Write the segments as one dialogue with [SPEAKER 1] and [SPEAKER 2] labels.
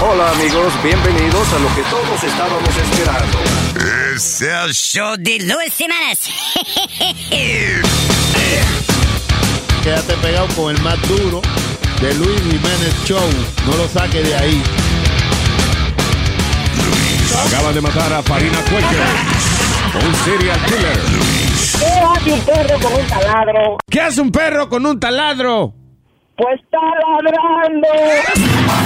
[SPEAKER 1] Hola amigos, bienvenidos a lo que todos estábamos esperando.
[SPEAKER 2] Es el show de Luis Semanas.
[SPEAKER 3] Quédate pegado con el más duro de Luis Jiménez Show. No lo saques de ahí.
[SPEAKER 4] Acaban de matar a Farina Cuello, un serial killer.
[SPEAKER 5] ¿Qué hace un perro con un taladro?
[SPEAKER 4] ¿Qué hace un perro con un taladro?
[SPEAKER 5] Pues está ladrando.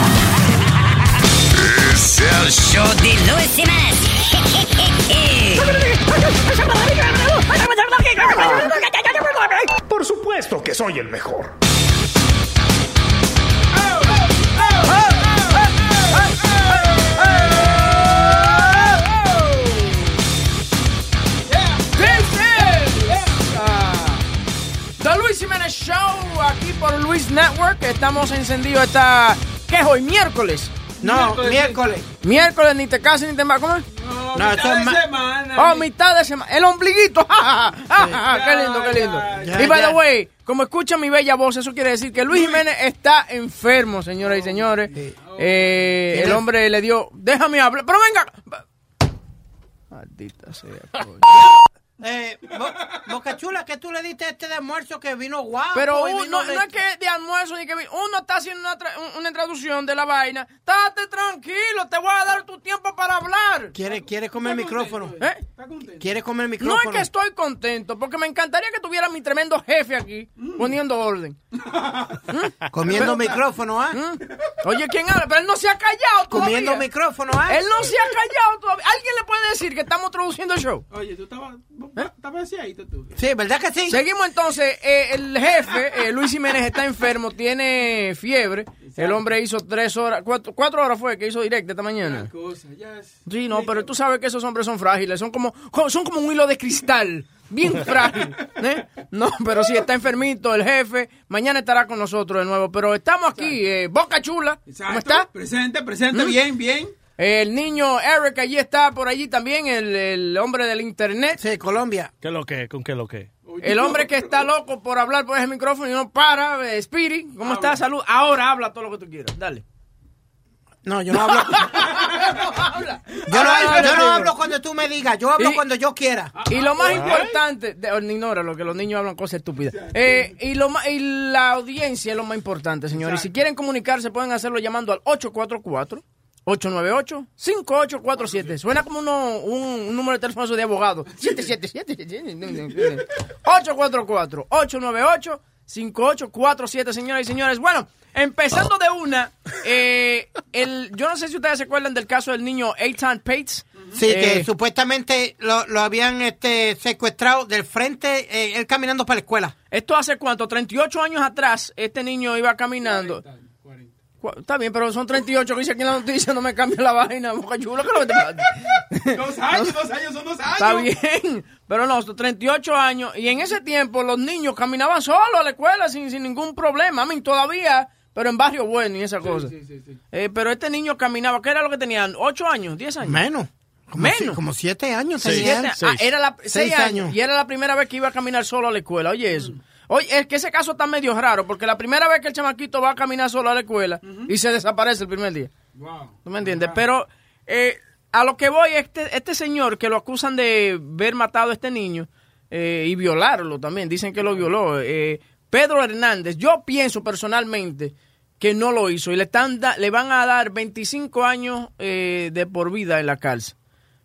[SPEAKER 2] Es el show de Luis Semanas.
[SPEAKER 6] Por supuesto que soy el mejor.
[SPEAKER 7] The Luis Jiménez Show, aquí por Luis Network. Estamos encendidos esta. ¿Qué es hoy? Miércoles.
[SPEAKER 8] No, miércoles.
[SPEAKER 7] Miércoles, ni te cases ni te embarazas. ¿Cómo es?
[SPEAKER 8] No, esto es ma-
[SPEAKER 7] Oh, mitad de semana. El ombliguito. Ah, Ja, ja, ja, ja, ja. Qué lindo, qué lindo.
[SPEAKER 8] ya,
[SPEAKER 7] y by
[SPEAKER 8] ya.
[SPEAKER 7] the way, como escucha mi bella voz, eso quiere decir que Luis Jiménez está enfermo, señoras
[SPEAKER 8] Oh,
[SPEAKER 7] y señores. Eh, el hombre le dio. Déjame hablar. Pero venga. Maldita sea. coño.
[SPEAKER 8] eh, Bo- Boca Chula, ¿qué tú le diste a este de almuerzo que vino guapo?
[SPEAKER 7] Pero
[SPEAKER 8] y
[SPEAKER 7] uno,
[SPEAKER 8] vino
[SPEAKER 7] no,
[SPEAKER 8] de-
[SPEAKER 7] no es que de almuerzo ni que vi- uno está haciendo una, tra- un- una traducción de la vaina. Estate tranquilo, te voy a dar tu tiempo para hablar.
[SPEAKER 8] Quiere, quiere comer micrófono.
[SPEAKER 7] ¿Eh?
[SPEAKER 8] Quiere comer
[SPEAKER 7] No
[SPEAKER 8] micrófono.
[SPEAKER 7] es que estoy contento, porque me encantaría que tuviera mi tremendo jefe aquí poniendo orden.
[SPEAKER 8] Comiendo micrófono, ¿ah?
[SPEAKER 7] ¿Mm? Oye, ¿quién habla? Pero él no se ha callado todavía.
[SPEAKER 8] Comiendo micrófono, ¿ah?
[SPEAKER 7] Él no se ha callado todavía. ¿Alguien le puede decir que estamos traduciendo el show?
[SPEAKER 9] Oye, tú estabas. vos- Estabas ahí, tú.
[SPEAKER 8] Sí, ¿verdad que sí?
[SPEAKER 7] Seguimos entonces. Eh, el jefe, eh, Luis Jiménez, está enfermo, tiene fiebre. El hombre hizo tres horas, cuatro, cuatro horas fue que hizo directa esta mañana.
[SPEAKER 9] Cosa, ya es.
[SPEAKER 7] Sí, no, pero tú sabes que esos hombres son frágiles, son como, co- son como un hilo de cristal, bien frágil. ¿eh? No, pero sí, está enfermito el jefe, mañana estará con nosotros de nuevo, pero estamos aquí, eh, Boca Chula, ¿cómo está? ¿Mm?
[SPEAKER 9] Presente, presente, bien, bien.
[SPEAKER 7] El niño Eric allí está por allí también, el, el hombre del internet,
[SPEAKER 8] Sí, Colombia.
[SPEAKER 10] ¿Qué lo que? ¿Con qué lo que?
[SPEAKER 7] el hombre que está loco por hablar por ese micrófono y no para, eh, Spiri, ¿cómo está? Salud, ahora habla todo lo que tú quieras, dale.
[SPEAKER 8] No, yo no hablo.
[SPEAKER 7] Habla.
[SPEAKER 8] Yo no,
[SPEAKER 7] Habla,
[SPEAKER 8] yo no
[SPEAKER 7] negro.
[SPEAKER 8] hablo cuando tú me digas. Yo hablo
[SPEAKER 7] Y- Ah.
[SPEAKER 8] cuando yo quiera.
[SPEAKER 7] Y lo más importante, de- oh, ignora lo que los niños hablan cosas estúpidas. Eh, y, lo ma- y la audiencia es lo más importante, señores. Y Si quieren comunicarse, pueden hacerlo llamando al 844-898-5847. Suena como uno- un, un número de teléfono de abogado. 777 844-898. 5847, señoras y señores. Bueno, empezando de una, eh, el, yo no sé si ustedes se acuerdan del caso del niño Eitan Pates.
[SPEAKER 8] Sí, que
[SPEAKER 7] Eh,
[SPEAKER 8] supuestamente lo, lo habían este, secuestrado del frente, eh, él caminando para la escuela.
[SPEAKER 7] Esto hace cuánto? 38 años atrás, este niño iba caminando. Cu- Está bien, pero son 38 que dice aquí en la noticia, no me cambia la vaina, boca chula, que lo que te pasa.
[SPEAKER 9] Dos años, dos años, son dos años.
[SPEAKER 7] Está bien, pero no, son 38 años. Y en ese tiempo los niños caminaban solos a la escuela sin, sin ningún problema. A mí todavía, pero en barrio bueno y esa cosa. Eh, pero este niño caminaba, ¿qué era lo que tenían? ¿8 años? ¿10 años?
[SPEAKER 8] Menos. Como
[SPEAKER 7] Menos.
[SPEAKER 8] si- como siete años
[SPEAKER 10] Seis.
[SPEAKER 8] tenían.
[SPEAKER 7] Siete-
[SPEAKER 10] Seis.
[SPEAKER 7] ah, era la,
[SPEAKER 8] Seis
[SPEAKER 7] seis años.
[SPEAKER 8] años.
[SPEAKER 7] Y era la primera vez que iba a caminar solo a la escuela. Oye, eso. Oye, es que ese caso está medio raro, porque la primera vez que el chamaquito va a caminar solo a la escuela y se desaparece el primer día.
[SPEAKER 9] Wow.
[SPEAKER 7] ¿Tú me entiendes? Pero eh, a lo que voy, este, este señor que lo acusan de haber matado a este niño eh, y violarlo también, dicen que lo violó, eh, Pedro Hernández, yo pienso personalmente que no lo hizo y le, están da- le van a dar 25 años eh, de por vida en la cárcel.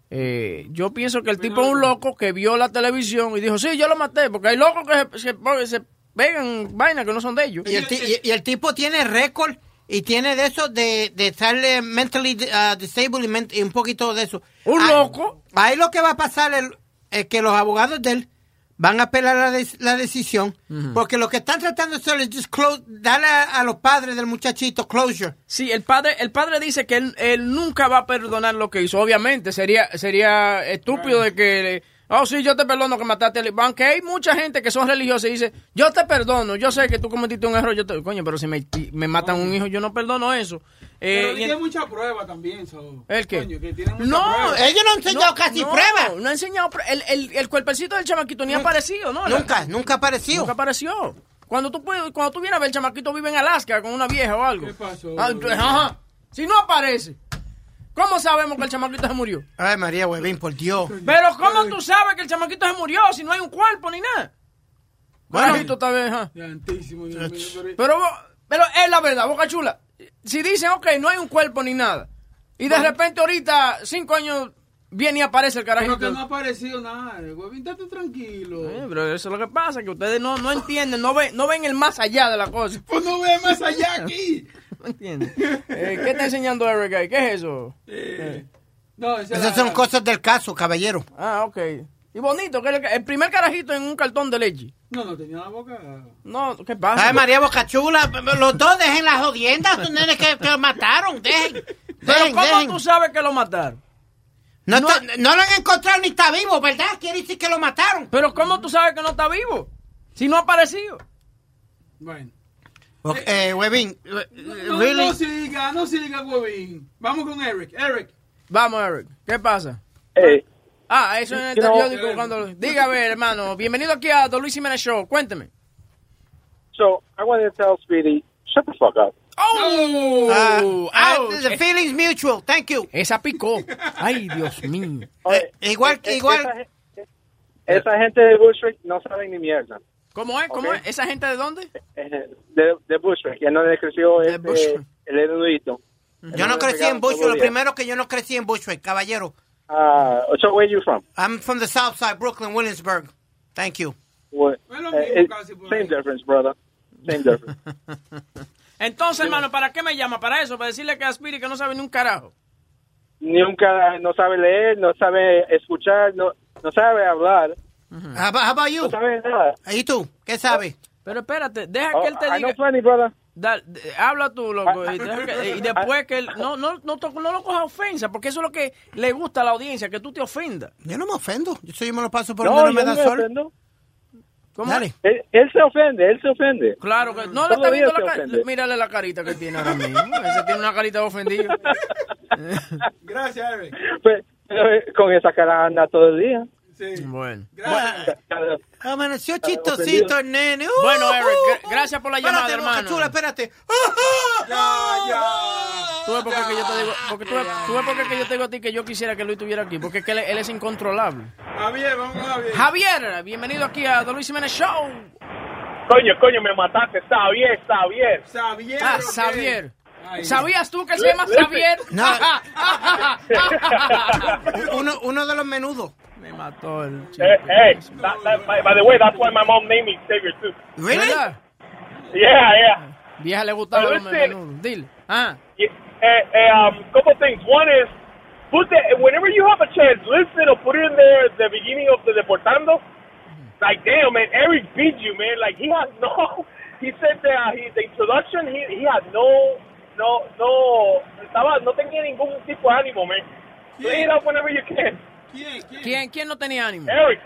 [SPEAKER 7] Eh, yo pienso que el tipo es un loco que vio la televisión y dijo, sí, yo lo maté, porque hay locos que se, se- se pegan vainas que no son de ellos.
[SPEAKER 8] Y el, ti- y- y el tipo tiene récord y tiene de eso de, de estar eh, mentally uh, disabled y, ment- y un poquito de eso.
[SPEAKER 7] Un
[SPEAKER 8] Ah,
[SPEAKER 7] loco.
[SPEAKER 8] Ahí lo que va a pasar el- es que los abogados de él van a apelar la, des- la decisión porque lo que están tratando de hacer es just close- darle a, a los padres del muchachito closure.
[SPEAKER 7] Sí, el padre, el padre dice que él, él nunca va a perdonar lo que hizo. Obviamente, sería, sería estúpido de que, oh, sí, yo te perdono que mataste al Aunque hay mucha gente que son religiosos y dice, yo te perdono, yo sé que tú cometiste un error, yo te... Coño, pero si me, me matan un hijo, yo no perdono eso. Eh,
[SPEAKER 9] Pero
[SPEAKER 7] y en-
[SPEAKER 9] tiene mucha prueba también, so.
[SPEAKER 7] ¿El qué?
[SPEAKER 9] Coño, que tiene mucha
[SPEAKER 7] No, eh,
[SPEAKER 9] prueba.
[SPEAKER 8] Ellos no han enseñado casi
[SPEAKER 7] no,
[SPEAKER 8] pruebas.
[SPEAKER 7] No ha enseñado prue- el, el, el cuerpecito del chamaquito ni ha aparecido, ¿no? La-
[SPEAKER 8] Nunca, nunca apareció.
[SPEAKER 7] Nunca apareció. Cuando tú, puedes- cuando tú vienes a ver, el chamaquito vive en Alaska con una vieja o algo.
[SPEAKER 9] ¿Qué pasó?
[SPEAKER 7] Ah, entonces, ajá. Si no aparece, ¿cómo sabemos que el chamaquito se murió?
[SPEAKER 8] Ay, María Huevín, por Dios.
[SPEAKER 7] Pero ¿cómo tú sabes que el chamaquito se murió si no hay un cuerpo ni nada? Bueno, esto tal vez, ajá.
[SPEAKER 9] Santísimo, Dios mío, pero-
[SPEAKER 7] pero, vos- pero es la verdad, Boca Chula. Si dicen, ok, no hay un cuerpo ni nada, y de repente ahorita, cinco años, viene y aparece el
[SPEAKER 9] Pero
[SPEAKER 7] carajito.
[SPEAKER 9] que no ha aparecido nada, huevín, estate tranquilo.
[SPEAKER 7] Eh, pero eso es lo que pasa, que ustedes no, no entienden, no ven, no ven el más allá de la cosa.
[SPEAKER 9] Pues no ve más allá aquí.
[SPEAKER 7] No entienden. Eh, ¿Qué está enseñando Eric ahí? ¿Qué es eso?
[SPEAKER 9] Eh, No, esa
[SPEAKER 8] Esas
[SPEAKER 9] era-
[SPEAKER 8] son cosas del caso, caballero.
[SPEAKER 7] Ah, ok. Y bonito, que es el, el primer carajito en un cartón de leche.
[SPEAKER 9] No, no tenía la boca.
[SPEAKER 7] No, ¿qué pasa?
[SPEAKER 8] Ay, María Bocachula, los dos dejen las jodiendas, los nenes que, que mataron, dejen.
[SPEAKER 7] pero
[SPEAKER 8] dejen,
[SPEAKER 7] ¿cómo
[SPEAKER 8] dejen.
[SPEAKER 7] tú sabes que lo mataron?
[SPEAKER 8] No, está- no lo han encontrado ni está vivo, ¿verdad? Quiere decir que lo mataron.
[SPEAKER 7] Pero ¿cómo tú sabes que no está vivo? Si no ha aparecido.
[SPEAKER 9] Bueno.
[SPEAKER 8] Ok, Eh, Huevín, eh,
[SPEAKER 9] No,
[SPEAKER 8] really?
[SPEAKER 9] no siga, no siga, huevín. Vamos con Eric. Eric,
[SPEAKER 7] Vamos, Eric. ¿Qué pasa?
[SPEAKER 11] Eh,
[SPEAKER 7] Ah, eso en el
[SPEAKER 11] Yo no-
[SPEAKER 7] periódico cuando... Dígame, hermano. Bienvenido aquí a Don Luis Jiménez Show. Cuénteme.
[SPEAKER 11] so, I want to tell Speedy, shut the fuck up.
[SPEAKER 7] ¡Oh!
[SPEAKER 10] Uh.
[SPEAKER 8] Ah, ah,
[SPEAKER 7] ¡Ouch!
[SPEAKER 8] the feeling's mutual, thank you.
[SPEAKER 7] Esa picó. Ay, Dios mío.
[SPEAKER 11] Oye,
[SPEAKER 8] Eh, igual-
[SPEAKER 11] e- e-
[SPEAKER 8] igual-
[SPEAKER 11] Esa, gen- esa gente de Bushwick no saben ni mierda.
[SPEAKER 7] ¿Cómo es? ¿Cómo
[SPEAKER 11] Ok.
[SPEAKER 7] es? ¿Esa gente de dónde?
[SPEAKER 11] Eh, De, de Bushwick, ya no le creció
[SPEAKER 7] De
[SPEAKER 11] este,
[SPEAKER 7] Bushwick.
[SPEAKER 11] el erudito.
[SPEAKER 8] Yo no crecí en Bushwick, lo primero que yo no crecí en Bushwick, caballero.
[SPEAKER 11] Ah, so where you from?
[SPEAKER 8] I'm from the south side, Brooklyn, Williamsburg. Thank you.
[SPEAKER 11] What-
[SPEAKER 9] Es lo
[SPEAKER 11] eh,
[SPEAKER 9] mismo
[SPEAKER 11] it-
[SPEAKER 9] casi por
[SPEAKER 11] same
[SPEAKER 9] ahí.
[SPEAKER 11] difference, brother. Same difference.
[SPEAKER 7] Entonces, hermano, ¿para qué me llama? ¿Para eso? ¿Para decirle que aspire que no sabe ni un carajo?
[SPEAKER 11] Nunca, no sabe leer, no sabe escuchar, no, no sabe hablar,
[SPEAKER 8] How about, how about you?
[SPEAKER 11] no sabe nada.
[SPEAKER 8] ¿Y tú? ¿Qué sabes?
[SPEAKER 7] Pero espérate, deja
[SPEAKER 11] Oh,
[SPEAKER 7] que él te
[SPEAKER 11] I know
[SPEAKER 7] diga...
[SPEAKER 11] plenty, brother.
[SPEAKER 7] Da- de- habla tú, loco. Y, deja que- y después que él... No, no, no, to- no lo coja ofensa, porque eso es lo que le gusta a la audiencia, que tú te ofendas.
[SPEAKER 8] Yo no me ofendo. Yo soy yo me lo paso por
[SPEAKER 11] No,
[SPEAKER 8] donde no me
[SPEAKER 11] yo no
[SPEAKER 8] da
[SPEAKER 11] me
[SPEAKER 8] sol.
[SPEAKER 11] ofendo.
[SPEAKER 7] ¿Cómo?
[SPEAKER 8] Dale.
[SPEAKER 11] Él, él se ofende, él se ofende.
[SPEAKER 7] Claro que no le está
[SPEAKER 11] Todavía
[SPEAKER 7] viendo la
[SPEAKER 11] se
[SPEAKER 7] cara.
[SPEAKER 11] ofende.
[SPEAKER 7] Mírale la carita que tiene ahora mismo. Ese tiene una carita de ofendido.
[SPEAKER 9] gracias, Eric.
[SPEAKER 11] Pues, eh, con esa cara anda todo el día.
[SPEAKER 9] Sí.
[SPEAKER 7] Bueno.
[SPEAKER 9] Gracias.
[SPEAKER 11] Cada-
[SPEAKER 8] Amaneció
[SPEAKER 11] ofendido.
[SPEAKER 8] chistosito el nene. Uh,
[SPEAKER 7] Bueno, Eric,
[SPEAKER 8] uh,
[SPEAKER 7] gra- gracias por la llamada,
[SPEAKER 8] espérate,
[SPEAKER 7] hermano.
[SPEAKER 8] Boca Chula, espérate. Uh, uh,
[SPEAKER 9] Ya,
[SPEAKER 8] uh,
[SPEAKER 9] ya.
[SPEAKER 7] Tú ves por qué que yo te digo, porque tú ves, tú ves por qué que yo te digo a ti que yo quisiera que Luis estuviera aquí, porque es que él, él es incontrolable.
[SPEAKER 9] Javier, vamos con Javier.
[SPEAKER 7] Javier, bienvenido aquí a Don Luis Jiménez Show.
[SPEAKER 12] Coño, coño, me mataste. Está bien, está bien.
[SPEAKER 9] Xavier.
[SPEAKER 7] Ah,
[SPEAKER 9] ¿o qué?
[SPEAKER 7] Xavier.
[SPEAKER 9] Ay,
[SPEAKER 7] ¿Sabías tú que se llama Xavier?
[SPEAKER 8] No.
[SPEAKER 7] No.
[SPEAKER 8] uh. Uno, uno de los menudos.
[SPEAKER 7] Me mató el chico.
[SPEAKER 12] Hey, hey. Eh, That, that, by, by the way, that's why my mom named me Xavier too.
[SPEAKER 8] Really?
[SPEAKER 7] ¿Verdad?
[SPEAKER 12] Yeah, yeah.
[SPEAKER 7] Vieja le gustaba
[SPEAKER 12] Pero
[SPEAKER 7] los
[SPEAKER 12] este-
[SPEAKER 7] menudos. Dile. Ah.
[SPEAKER 12] yeah. Eh, eh, um, couple things. One is, put the, whenever you have a chance, listen or put it in there at the beginning of the Deportando. Like, damn, man, Eric beat you, man. Like, he has no. He said that uh, he, the introduction, he, he had no, no, no. Estaba, no tenía ningún tipo de ánimo, man. Play it up whenever you can.
[SPEAKER 9] ¿Quién? ¿Quién?
[SPEAKER 7] ¿Quién, ¿Quién no tenía ánimo?
[SPEAKER 12] Eric,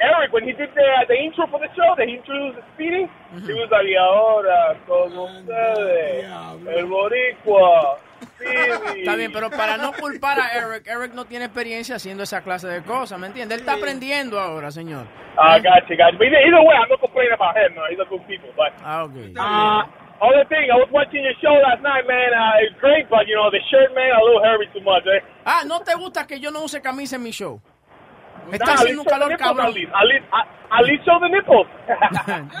[SPEAKER 12] Eric, when he did the the intro for the show, that he introduced Speedy, he
[SPEAKER 7] Mm-hmm.
[SPEAKER 12] was like, "Y ahora con ustedes,
[SPEAKER 9] diablo.
[SPEAKER 12] el boricua, Speedy."
[SPEAKER 7] Está bien, pero para no culpar a Eric, Eric no tiene experiencia haciendo esa clase de cosas, ¿me entiendes? Él está aprendiendo ahora, señor. ¿Eh?
[SPEAKER 12] I got you, guys. Ah, But either, either way, I'm not complaining about him. Man. He's a good people. But
[SPEAKER 7] Ah, ok.
[SPEAKER 12] uh, other thing, I was watching your show last night, man. Uh, it's great, but you know the shirt, man, a little hairy too much. Eh?
[SPEAKER 7] Ah, ¿no te gusta que yo no use camisa en mi show?
[SPEAKER 12] Nah,
[SPEAKER 7] Está
[SPEAKER 12] at
[SPEAKER 7] haciendo un
[SPEAKER 12] least show the nipples, at
[SPEAKER 7] calor cabrón.
[SPEAKER 12] least, at least, at, at least show the nipples.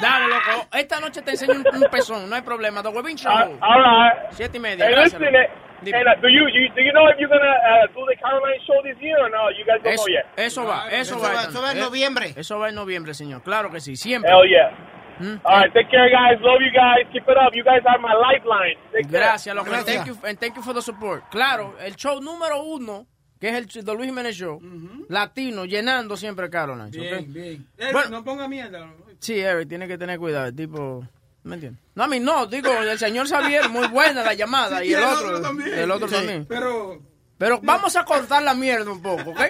[SPEAKER 7] Dale, loco. Esta noche te enseño un, un pezón, no hay problema. The Webin
[SPEAKER 12] all,
[SPEAKER 7] Show.
[SPEAKER 12] all right.
[SPEAKER 7] Siete y media.
[SPEAKER 12] Hey,
[SPEAKER 7] gracias,
[SPEAKER 12] listen,
[SPEAKER 7] loco.
[SPEAKER 12] eh,
[SPEAKER 7] Dime.
[SPEAKER 12] and, uh, do you, you do you know if you're gonna uh, do the Caroline show this year or no? You guys don't
[SPEAKER 7] Eso,
[SPEAKER 12] know yet.
[SPEAKER 7] eso va, eso,
[SPEAKER 8] Eso
[SPEAKER 7] va. eh,
[SPEAKER 8] va,
[SPEAKER 7] esta
[SPEAKER 8] eso va en
[SPEAKER 7] noche.
[SPEAKER 8] noviembre.
[SPEAKER 7] Eso va en noviembre, señor. Claro que sí, siempre.
[SPEAKER 12] Hell yeah!
[SPEAKER 7] Mm.
[SPEAKER 12] All right, take care, guys. Love you guys. Keep it up. You guys are my lifeline. Take care.
[SPEAKER 7] Gracias, loco. And
[SPEAKER 8] Gracias.
[SPEAKER 7] Thank you, and thank you for the support. Claro, el show número uno, que es el ch- The Luis Jiménez Show, latino, llenando siempre Caroline. ¿ok?
[SPEAKER 9] Bien, bien. Eric,
[SPEAKER 7] Bueno.
[SPEAKER 9] no ponga mierda. ¿no?
[SPEAKER 7] Sí, Eric, tiene que tener cuidado, el tipo... ¿Me entiendes? No, a mí no, digo, el señor Xavier, muy buena la llamada,
[SPEAKER 9] Sí,
[SPEAKER 7] y el, otro, el otro
[SPEAKER 9] Sí.
[SPEAKER 7] también.
[SPEAKER 9] Pero,
[SPEAKER 7] Pero vamos a cortar la mierda un poco, ¿ok?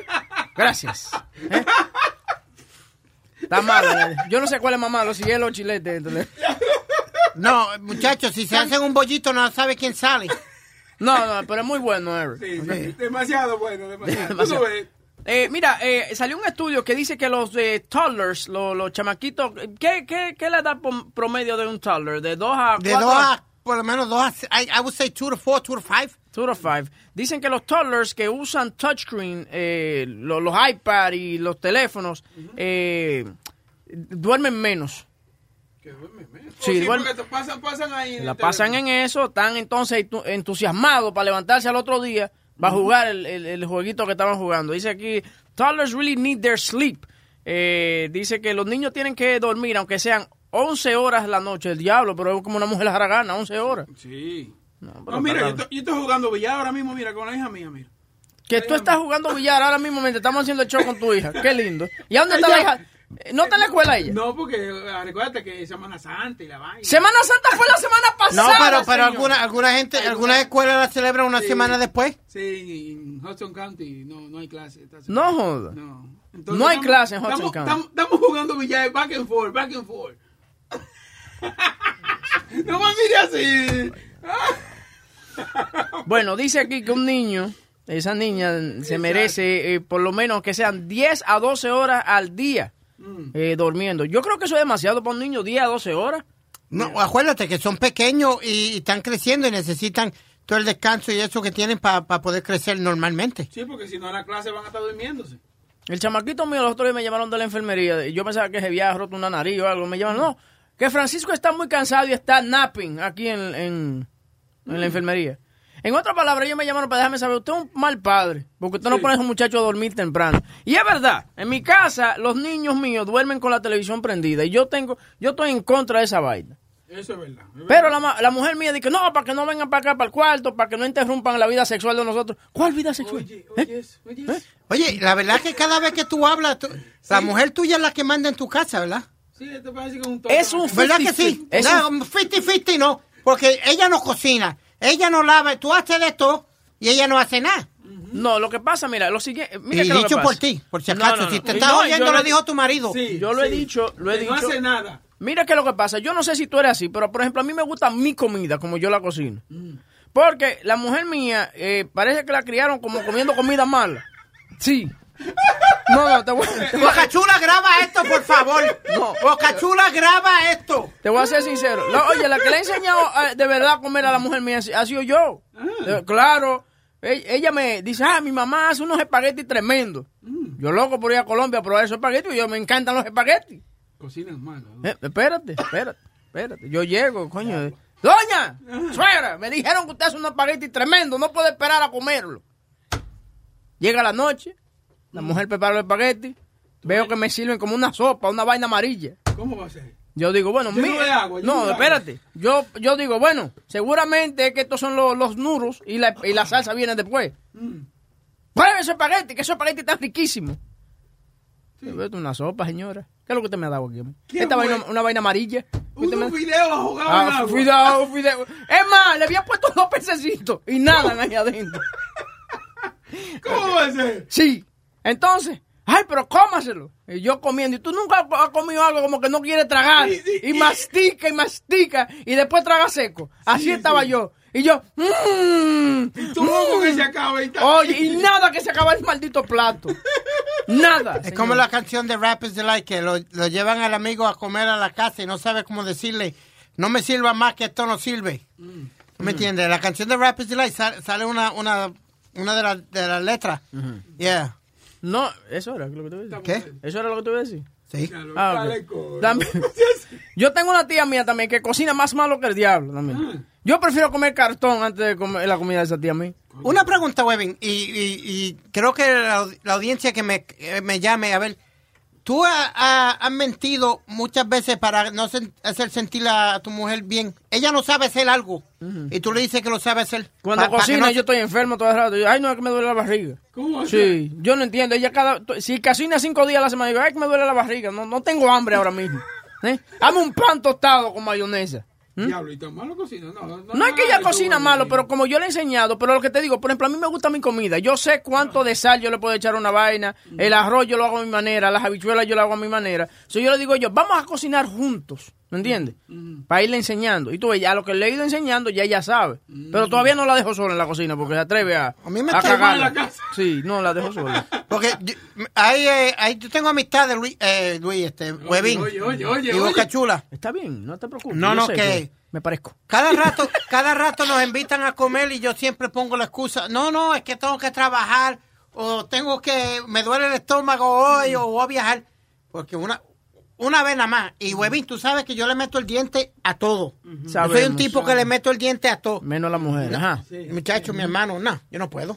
[SPEAKER 7] Gracias. ¿Eh? Está mal, ¿eh? yo no sé cuál es más malo, si es los chiletes. entonces.
[SPEAKER 8] No, muchachos, si se hacen un bollito no sabe quién sale.
[SPEAKER 7] No, no, pero es muy bueno, Eric.
[SPEAKER 9] sí, sí, demasiado bueno, demasiado.
[SPEAKER 7] Demasiado.
[SPEAKER 9] Tú lo ves.
[SPEAKER 7] Eh, mira, eh, salió un estudio que dice que los eh, toddlers, eh, lo- los, chamaquitos, ¿qué, qué, qué es la edad pom- promedio de un toddler? De 2 a 4
[SPEAKER 8] De dos a por lo menos dos, I, I would say two to four, two to five.
[SPEAKER 7] Two to five. Dicen que los toddlers que usan touchscreen, eh, lo- los, iPad y los teléfonos, eh, duermen menos. Sí,
[SPEAKER 9] Sí,
[SPEAKER 7] duermen-
[SPEAKER 9] porque te pasan, pasan ahí.
[SPEAKER 7] la pasan en eso, están entonces entu- entusiasmados para levantarse al otro día, para jugar el, el- el jueguito que estaban jugando. Dice aquí, toddlers really need their sleep. Eh, dice que los niños tienen que dormir, aunque sean 11 horas la noche. El diablo, pero es como una mujer haragana, 11 hohoras.
[SPEAKER 9] Sí.
[SPEAKER 7] No, pero
[SPEAKER 9] No, mira,
[SPEAKER 7] está
[SPEAKER 9] yo,
[SPEAKER 7] raro.
[SPEAKER 9] estoy- yo estoy jugando billar ahora mismo, mira, con la hija mía, mira.
[SPEAKER 7] Que tú estás jugando billar ahora mismo mientras estamos haciendo el show con tu hija. Qué lindo. ¿Y a dónde está la hija? Eh, ¿No está en la escuela ella?
[SPEAKER 9] No, porque eh, recuérdate que es Semana Santa y la vaina.
[SPEAKER 7] Semana Santa fue la semana
[SPEAKER 8] No,
[SPEAKER 7] pasada.
[SPEAKER 8] pero, pero
[SPEAKER 7] señor.
[SPEAKER 8] alguna, alguna gente, algunas escuelas la celebran una
[SPEAKER 9] Sí.
[SPEAKER 8] semana después.
[SPEAKER 9] Sí, en Hudson County no, no hay clase. esta semana.
[SPEAKER 7] No joda.
[SPEAKER 9] No.
[SPEAKER 7] No hay clase en Hudson
[SPEAKER 9] estamos,
[SPEAKER 7] County.
[SPEAKER 9] Estamos, estamos jugando billar back and forth, back and forth. no me mire así.
[SPEAKER 7] Bueno, dice aquí que un niño, esa niña, se merece eh, por lo menos que sean 10 a 12 horas al día
[SPEAKER 9] Mm.
[SPEAKER 7] eh, durmiendo. Yo creo que eso es demasiado para un niño, 10 a 12 horas.
[SPEAKER 8] No, acuérdate que son pequeños y, y están creciendo y necesitan todo el descanso y eso que tienen para poder crecer normalmente.
[SPEAKER 9] Sí, porque si no en la clase van a estar durmiéndose.
[SPEAKER 7] El chamaquito mío, los otros días me llamaron de la enfermería. y Yo pensaba que se había roto una nariz o algo. Me llaman, no, que Francisco está muy cansado y está napping aquí en, en, en
[SPEAKER 8] Mm.
[SPEAKER 7] la enfermería. En otras palabras, ellos me llamaron para dejarme saber, usted es un mal padre, porque usted no pone a esos muchachos a dormir temprano. Y es verdad, en mi casa los niños míos duermen con la televisión prendida y yo tengo, yo estoy en contra de esa vaina.
[SPEAKER 9] Eso es verdad. es verdad.
[SPEAKER 7] Pero la, ma- la mujer mía dice, no, para que no vengan para acá, para el cuarto, para que no interrumpan la vida sexual de nosotros. ¿Cuál vida sexual?
[SPEAKER 9] Oye,
[SPEAKER 7] ¿Eh?
[SPEAKER 9] oye, eso, oye. eso.
[SPEAKER 8] Oye, la verdad es que cada vez que tú hablas, tú- la mujer tuya es la que manda en tu casa, ¿verdad?
[SPEAKER 9] Sí, esto parece que es un
[SPEAKER 7] Es un
[SPEAKER 8] ¿Verdad que
[SPEAKER 7] 50-50.
[SPEAKER 8] sí?
[SPEAKER 7] Es un-
[SPEAKER 8] No, 50-50 no, porque ella no cocina, ella no lava, tú haces de esto y ella no hace nada.
[SPEAKER 7] No, lo que pasa, mira, lo siguiente. Mira
[SPEAKER 8] Y
[SPEAKER 7] qué es lo que
[SPEAKER 8] dicho
[SPEAKER 7] pasa.
[SPEAKER 8] por ti, por si
[SPEAKER 7] No,
[SPEAKER 8] acaso,
[SPEAKER 7] no, no.
[SPEAKER 8] si te
[SPEAKER 7] No,
[SPEAKER 8] estás
[SPEAKER 7] yo
[SPEAKER 8] oyendo,
[SPEAKER 7] no-
[SPEAKER 8] lo dijo tu marido.
[SPEAKER 7] yo lo he dicho, lo he
[SPEAKER 9] Que
[SPEAKER 7] dicho.
[SPEAKER 9] No hace nada.
[SPEAKER 7] Mira qué es lo que pasa. Yo no sé si tú eres así, pero por ejemplo, a mí me gusta mi comida como yo la cocino. Porque la mujer mía eh, parece que la criaron como comiendo comida mala. Sí. No, no, te voy, te voy-
[SPEAKER 8] Bocachula, graba esto, por favor.
[SPEAKER 7] No.
[SPEAKER 8] Bocachula, graba esto.
[SPEAKER 7] te voy a ser sincero. No, oye, la que le he enseñado eh, de verdad a comer a la mujer mía ha sido yo. Eh, claro. E- Ella me dice, ah, mi mamá hace unos espaguetis tremendos. Yo loco por ir a Colombia a probar esos espaguetis y yo me encantan los espaguetis.
[SPEAKER 9] Cocinas mal. ¿no?
[SPEAKER 7] Eh, espérate, espérate, espérate. Yo llego, coño. eh. Doña, suegra, me dijeron que usted hace un espagueti tremendo, no puede esperar a comerlo. Llega la noche, la mujer prepara los espaguetis, veo que me sirven como una sopa, una vaina amarilla.
[SPEAKER 9] ¿Cómo va a ser?
[SPEAKER 7] Yo digo, bueno,
[SPEAKER 9] Yo no
[SPEAKER 7] mi-
[SPEAKER 9] le hago, yo no
[SPEAKER 7] no,
[SPEAKER 9] le hago.
[SPEAKER 7] espérate. Yo, yo digo, bueno, seguramente es que estos son los, los nuros y la, y la salsa viene después. Pruebe ese espagueti, que ese espagueti está riquísimo. Pero esto es una sopa, señora. ¿Qué es lo que usted me ha dado aquí? hombre?
[SPEAKER 9] ¿Qué
[SPEAKER 7] Esta
[SPEAKER 9] fue?
[SPEAKER 7] vaina, una vaina amarilla.
[SPEAKER 9] Un
[SPEAKER 7] Usted me-
[SPEAKER 9] un video a jugar en
[SPEAKER 7] Ah,
[SPEAKER 9] agua.
[SPEAKER 7] cuidado, cuidado. Es más, le había puesto dos pececitos y nada ahí adentro.
[SPEAKER 9] ¿Cómo va a ser?
[SPEAKER 7] Sí. Entonces, ay, pero cómaselo. Y yo comiendo. Y tú nunca has comido algo como que no quiere tragar.
[SPEAKER 9] Sí, sí,
[SPEAKER 7] y
[SPEAKER 9] sí.
[SPEAKER 7] mastica y mastica. Y después traga seco. Así estaba yo. Y yo, mmm.
[SPEAKER 9] Tú loco que se acaba y tal.
[SPEAKER 7] Oye, y nada que se acaba el maldito plato. Nada.
[SPEAKER 8] Es como la canción de Rappers Delight que lo, lo llevan al amigo a comer a la casa y no sabe cómo decirle, no me sirva más que esto no sirve.
[SPEAKER 7] Mm.
[SPEAKER 8] ¿Tú ¿Me entiendes? La canción de Rappers Delight sal- sale una, una, una de las de las letras. Yeah.
[SPEAKER 7] No, eso era lo que te iba a decir.
[SPEAKER 8] ¿Qué?
[SPEAKER 7] Eso era lo que te iba a decir.
[SPEAKER 8] Sí.
[SPEAKER 9] Ya lo-
[SPEAKER 7] Ah,
[SPEAKER 9] dale,
[SPEAKER 7] ok.
[SPEAKER 9] coño.
[SPEAKER 7] También- yo tengo una tía mía también que cocina más malo que el diablo
[SPEAKER 8] Mm.
[SPEAKER 7] también. Yo prefiero comer cartón antes de comer la comida de esa tía mía.
[SPEAKER 8] Una pregunta, Webin, y, y- y creo que la, la audiencia que me, eh, me llame, a ver, tú ha- ha- has mentido muchas veces para no sen- hacer sentir a, tu mujer bien. Ella no sabe hacer algo y tú le dices que lo sabe hacer.
[SPEAKER 7] Cuando
[SPEAKER 8] Pa- pa' que
[SPEAKER 7] cocina
[SPEAKER 8] no-
[SPEAKER 7] yo estoy enfermo todo el rato. Yo, ay, no, es que me duele la barriga.
[SPEAKER 9] ¿Cómo va a ser?
[SPEAKER 7] Sí, yo no entiendo. Ella cada, to- si cocina cinco días a la semana, digo, ay, que me duele la barriga. No, no tengo hambre ahora mismo. ¿Eh? Hazme un pan tostado con mayonesa.
[SPEAKER 9] Diablo, y tan malo cocina. No, no,
[SPEAKER 7] ¿Mm? No es que ella
[SPEAKER 9] tú,
[SPEAKER 7] cocina
[SPEAKER 9] güey.
[SPEAKER 7] malo, pero como yo le he enseñado, pero lo que te digo, por ejemplo, a mí me gusta mi comida. Yo sé cuánto de sal yo le puedo echar a una vaina, el arroz yo lo hago a mi manera, las habichuelas yo lo hago a mi manera. So, yo le digo yo, vamos a cocinar juntos, ¿me entiendes? Para irle enseñando. Y tú ves, ya lo que le he ido enseñando ya ella sabe. Pero todavía no la dejo sola en la cocina porque se atreve a,
[SPEAKER 8] A mí me
[SPEAKER 7] a
[SPEAKER 8] está igual
[SPEAKER 7] cagarla.
[SPEAKER 9] en la casa.
[SPEAKER 7] Sí, no, la dejo sola.
[SPEAKER 8] Porque yo, hay, eh, hay- yo tengo amistad de Luis, eh, Luis este, Webin
[SPEAKER 9] oye, oye, oye,
[SPEAKER 8] y
[SPEAKER 9] oye.
[SPEAKER 8] Boca Chula.
[SPEAKER 7] Está bien, no te preocupes.
[SPEAKER 8] No,
[SPEAKER 7] yo
[SPEAKER 8] no,
[SPEAKER 7] sé
[SPEAKER 8] que
[SPEAKER 7] Me parezco.
[SPEAKER 8] Cada rato, cada rato nos invitan a comer y yo siempre pongo la excusa, no, no, es que tengo que trabajar o tengo que, me duele el estómago hoy o voy a viajar. Porque una, una vez nada más. Y huevín, tú sabes que yo le meto el diente a todo. Yo soy un
[SPEAKER 7] Sabemos,
[SPEAKER 8] tipo que le meto el diente a todo.
[SPEAKER 7] Menos a la mujer. Ajá.
[SPEAKER 8] Muchacho, mi hermano, no, yo no puedo.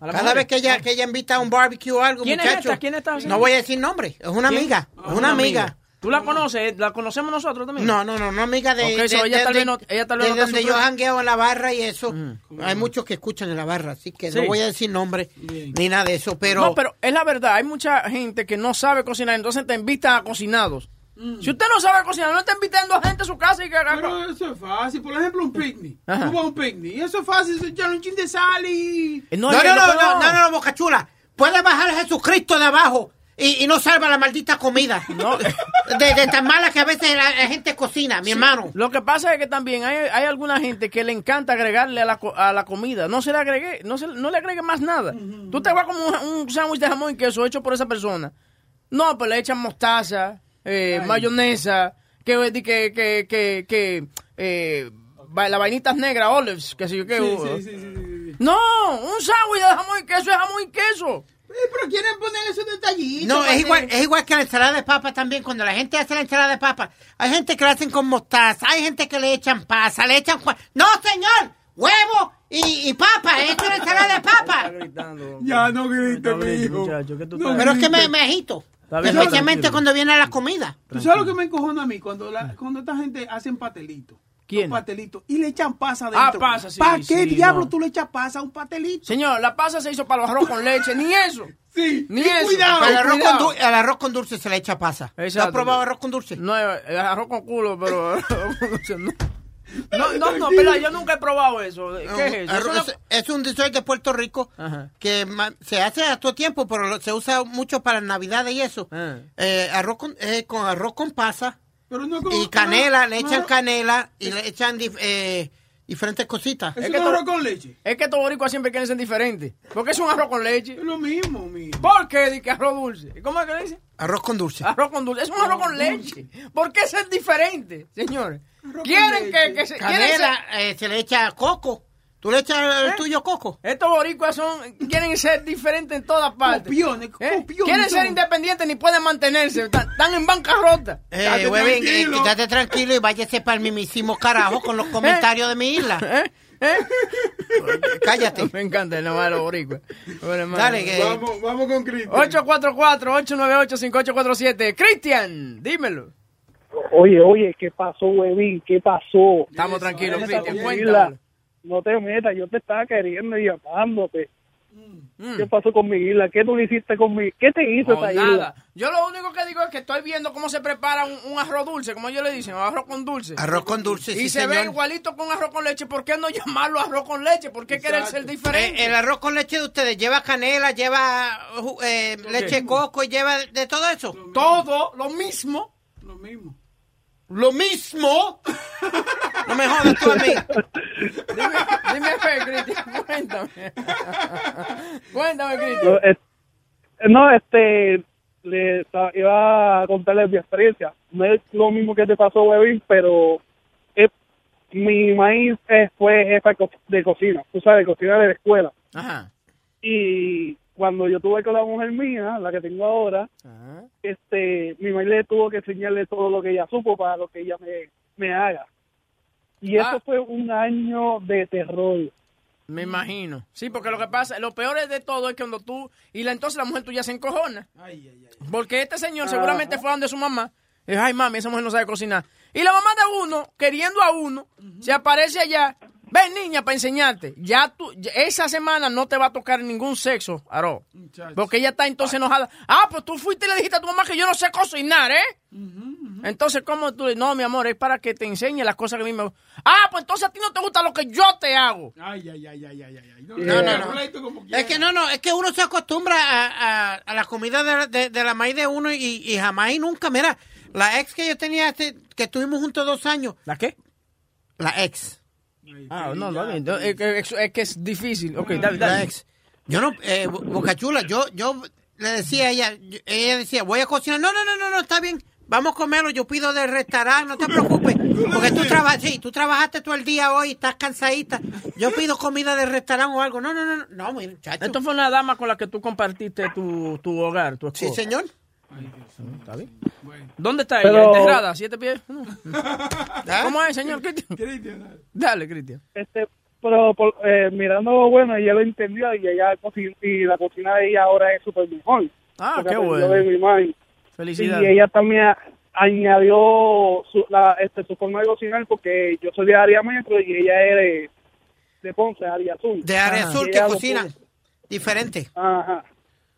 [SPEAKER 7] A la
[SPEAKER 8] Cada
[SPEAKER 7] mujer.
[SPEAKER 8] vez que ella, que ella invita a un barbecue o algo,
[SPEAKER 7] ¿Quién es
[SPEAKER 8] muchacho,
[SPEAKER 7] esta? ¿Quién está haciendo?
[SPEAKER 8] no voy a decir nombre, es una
[SPEAKER 7] ¿Quién?
[SPEAKER 8] amiga,
[SPEAKER 7] Ah,
[SPEAKER 8] es una amiga.
[SPEAKER 7] ¿Tú la conoces? ¿La conocemos nosotros también?
[SPEAKER 8] No, no, no, no amiga de,
[SPEAKER 7] Ok, so
[SPEAKER 8] de-
[SPEAKER 7] ella
[SPEAKER 8] de-
[SPEAKER 7] tal vez no-
[SPEAKER 8] de-
[SPEAKER 7] ella tal vez
[SPEAKER 8] de
[SPEAKER 7] no está
[SPEAKER 8] donde yo
[SPEAKER 7] sufriendo.
[SPEAKER 8] jangueo en la barra y eso. Hay muchos que escuchan en la barra, así que no
[SPEAKER 7] Sí.
[SPEAKER 8] voy a decir nombre ni nada de eso, pero...
[SPEAKER 7] No, pero es la verdad. Hay mucha gente que no sabe cocinar, entonces te invitan a cocinados. Si usted no sabe cocinar, no está invitando a gente a su casa y que
[SPEAKER 9] Mm. Pero eso es fácil. Por ejemplo, un picnic.
[SPEAKER 7] Ajá.
[SPEAKER 9] Tú vas a un picnic. Y eso es fácil. Eso ya un chin de sal y...
[SPEAKER 8] No, no, no, no, no, no, no, Boca Chula. Puede bajar Jesucristo de abajo y, y no salva la maldita comida.
[SPEAKER 7] No.
[SPEAKER 8] De, de tan mala que a veces la, la gente cocina, mi hermano.
[SPEAKER 7] Lo que pasa es que también hay, hay alguna gente que le encanta agregarle a la, co- a la comida. No se le agregue, no, se- no le agregue más nada. Tú te vas como un, un sándwich de jamón y queso hecho por esa persona. No, pues le echan mostaza, eh, mayonesa, que, eh, que, que, que, que eh, va- la vainita negra, olives, que sé yo qué.
[SPEAKER 9] Sí,
[SPEAKER 7] uh,
[SPEAKER 9] sí, sí, sí, sí, sí.
[SPEAKER 7] No, un sándwich de jamón y queso es jamón y queso.
[SPEAKER 9] Eh, Pero quieren poner esos detallitos.
[SPEAKER 8] No,
[SPEAKER 9] para
[SPEAKER 8] es
[SPEAKER 9] que-
[SPEAKER 8] igual, es igual que la ensalada de papa también. Cuando la gente hace la ensalada de papa, hay gente que la hacen con mostaza, hay gente que le echan pasa, le echan... jua- No, señor, huevo y, y papa, he hecho la ensalada de papa.
[SPEAKER 9] Ya, no grites,
[SPEAKER 7] Está bien,
[SPEAKER 9] mijo.
[SPEAKER 7] muchacho, ¿qué tú
[SPEAKER 9] No
[SPEAKER 7] estás-
[SPEAKER 8] Pero es que me, me agito,
[SPEAKER 7] Está bien,
[SPEAKER 8] especialmente
[SPEAKER 7] tranquilo.
[SPEAKER 8] cuando viene la comida.
[SPEAKER 9] ¿Tú sabes lo que me encojona a mí? Cuando, la, cuando esta gente hacen pastelitos.
[SPEAKER 7] ¿Quién? Ah,
[SPEAKER 9] Un pastelito. Y le echan pasa dentro.
[SPEAKER 7] pasa, sí,
[SPEAKER 9] ¿Para
[SPEAKER 7] sí,
[SPEAKER 9] qué
[SPEAKER 7] no.
[SPEAKER 9] diablo tú le echas pasa a un pastelito?
[SPEAKER 7] Señor, la pasa se hizo para los arroz con leche, ni eso.
[SPEAKER 9] Sí.
[SPEAKER 7] Ni
[SPEAKER 9] Ni
[SPEAKER 7] eso.
[SPEAKER 9] cuidado.
[SPEAKER 8] Al arroz, con
[SPEAKER 7] cuidado.
[SPEAKER 8] dulce, al arroz con dulce se le echa pasa. ¿No
[SPEAKER 7] Exacto.
[SPEAKER 8] has probado arroz con dulce?
[SPEAKER 7] No, eh, arroz con culo, pero... no, no, no, pero yo nunca he probado eso. ¿Qué es eso? Eso
[SPEAKER 8] Arroz-
[SPEAKER 7] no-
[SPEAKER 8] es, es un dessert de Puerto Rico
[SPEAKER 7] Ajá.
[SPEAKER 8] que ma- se hace a todo tiempo, pero lo- se usa mucho para Navidad y eso.
[SPEAKER 7] Ah.
[SPEAKER 8] Eh, arroz con, eh, con arroz con pasa
[SPEAKER 9] Pero no como-
[SPEAKER 8] y canela, le
[SPEAKER 9] no,
[SPEAKER 8] echan
[SPEAKER 9] no,
[SPEAKER 8] canela y le echan dif- eh, diferentes cositas.
[SPEAKER 9] Eso
[SPEAKER 7] Es
[SPEAKER 9] es
[SPEAKER 7] que
[SPEAKER 9] un
[SPEAKER 7] to-
[SPEAKER 9] arroz con leche.
[SPEAKER 7] Es que estos boricuas siempre quieren ser diferentes. Porque es un arroz con leche.
[SPEAKER 9] Es lo mismo, mijo.
[SPEAKER 7] ¿Por qué dice arroz dulce? ¿Cómo es que le dicen?
[SPEAKER 8] Arroz con dulce.
[SPEAKER 7] Arroz con dulce. Es un arroz con leche. ¿Por qué ser diferente, señores?
[SPEAKER 9] con
[SPEAKER 7] Quieren que,
[SPEAKER 9] leche.
[SPEAKER 7] que se... quieren ser-
[SPEAKER 8] Canela, eh, se le echa coco. ¿Tú le echas el tuyo coco?
[SPEAKER 7] Estos boricuas son, quieren ser diferentes en todas partes.
[SPEAKER 9] Copiones, copiones
[SPEAKER 7] Quieren ¿eh? ser
[SPEAKER 9] somos.
[SPEAKER 7] independientes ni pueden mantenerse. Están, están en bancarrota.
[SPEAKER 8] Eh,
[SPEAKER 9] Date
[SPEAKER 8] huevín, eh,
[SPEAKER 9] tranquilo.
[SPEAKER 8] date tranquilo y váyase para el mismísimo carajo con los comentarios de mi isla.
[SPEAKER 7] ¿Eh? ¿Eh?
[SPEAKER 8] Cállate.
[SPEAKER 7] Me encanta el nombre de los boricuas. Bueno, hermano.
[SPEAKER 8] Dale, que-
[SPEAKER 9] Vamos, vamos con Cristo.
[SPEAKER 7] 844-898-5847. Cristian, dímelo.
[SPEAKER 5] Oye, oye, ¿qué pasó, huevín? ¿Qué pasó?
[SPEAKER 7] Estamos tranquilos,
[SPEAKER 5] Esa comida,
[SPEAKER 7] Cristian. Cuéntalo.
[SPEAKER 5] No te metas, yo te estaba queriendo y llamándote. ¿Qué pasó con mi isla? ¿Qué tú le hiciste con mi ¿Qué te hizo
[SPEAKER 7] Hmm. No,
[SPEAKER 5] esa
[SPEAKER 7] Mm. Oh, nada.
[SPEAKER 5] isla?
[SPEAKER 7] Yo lo único que digo es que estoy viendo cómo se prepara un, un arroz dulce, como ellos le dicen, o arroz con dulce.
[SPEAKER 8] Arroz con dulce,
[SPEAKER 7] y
[SPEAKER 8] sí,
[SPEAKER 7] se ve
[SPEAKER 8] señor.
[SPEAKER 7] igualito con arroz con leche. ¿Por qué no llamarlo arroz con leche? ¿Por qué querer ser diferente?
[SPEAKER 8] Eh, el arroz con leche de ustedes lleva canela, lleva ju- eh, leche de coco y lleva de todo eso.
[SPEAKER 7] Todo lo mismo.
[SPEAKER 9] Lo mismo.
[SPEAKER 8] Lo mismo. No me jodas tú a mí.
[SPEAKER 7] Dime, dime fe, Cristian. Cuéntame. Cuéntame,
[SPEAKER 5] No,
[SPEAKER 7] Cristian.
[SPEAKER 5] es- no, este, le sa- iba a contarles mi experiencia. No es lo mismo que te pasó, huevín, pero es- mi maíz eh, fue jefa de co- de cocina, tú sabes, cocina de la escuela.
[SPEAKER 7] Ajá.
[SPEAKER 5] Y cuando yo tuve con la mujer mía, la que tengo ahora,
[SPEAKER 7] Ajá.
[SPEAKER 5] este, mi madre le tuvo que enseñarle todo lo que ella supo para lo que ella me, me haga. Y
[SPEAKER 7] Ah.
[SPEAKER 5] eso fue un año de terror.
[SPEAKER 7] Me imagino. Sí, porque lo que pasa, lo peor es de todo es que cuando tú y la entonces la mujer tuya se encojona. Porque este señor seguramente fue a donde su mamá. y dijo, ay mami, esa mujer no sabe cocinar. Y la mamá de uno, queriendo a uno, se aparece allá. Ven niña para enseñarte. Ya tú, ya- esa semana no te va a tocar ningún sexo, Aro.
[SPEAKER 9] Muchacho.
[SPEAKER 7] Porque ella está entonces enojada. Ah, pues tú fuiste y le dijiste a tu mamá que yo no sé cocinar, ¿eh? Entonces, ¿cómo tú? le- No, mi amor, es para que te enseñe las cosas que a mí me gustan. Ah, pues entonces a ti no te gusta lo que yo te hago.
[SPEAKER 9] Ay, ay, ay, ay, ay, ay. ay. No,
[SPEAKER 8] No, no,
[SPEAKER 9] no,
[SPEAKER 8] no.
[SPEAKER 9] pleito como
[SPEAKER 8] Es
[SPEAKER 9] quiera.
[SPEAKER 8] que no, no, es que uno se acostumbra a, a- a la comida de, de- de la maíz de uno y, y jamás y nunca. Mira, la ex que yo tenía, hace- que estuvimos juntos dos años,
[SPEAKER 7] ¿La qué?
[SPEAKER 8] la ex,
[SPEAKER 7] Ah, no, no, no, es, que- es- es que es difícil. Ok, dale,
[SPEAKER 8] la
[SPEAKER 7] dale.
[SPEAKER 8] ex. Yo no, eh, Bo- Bocachula, yo, yo le decía a ella, yo- ella decía, voy a cocinar. No, no, no, no, no, está bien, Vamos a comerlo, yo pido del restaurante, no te preocupes. Porque tú trabajas, sí, tú trabajaste todo el día hoy, estás cansadita. Yo pido comida del restaurante o algo. No, no, no, no, no, muchacho.
[SPEAKER 7] Esto fue una dama con la que tú compartiste tu, tu hogar, tu
[SPEAKER 8] Sí,
[SPEAKER 7] esposa.
[SPEAKER 8] señor.
[SPEAKER 7] ¿Está bien? ¿Dónde está
[SPEAKER 12] Pero-
[SPEAKER 7] ella? ¿Enterrada? ¿Siete pies? No.
[SPEAKER 12] ¿Ah?
[SPEAKER 7] ¿Cómo es, señor? Cristian. Dale, Cristian.
[SPEAKER 12] Este, pero por- eh, mirando, bueno, ella lo entendió y ella coci- y la cocina de ella ahora es súper mejor.
[SPEAKER 7] Ah,
[SPEAKER 12] Porque
[SPEAKER 7] qué
[SPEAKER 12] aprendió
[SPEAKER 7] bueno.
[SPEAKER 12] de mi mami.
[SPEAKER 7] Felicidades.
[SPEAKER 12] Y ella también a- añadió su, la, este, su forma de cocinar porque yo soy de área metro y ella es de, de Ponce, área azul.
[SPEAKER 8] De área
[SPEAKER 7] Ah.
[SPEAKER 8] azul que cocinan. Diferente.
[SPEAKER 12] Ajá.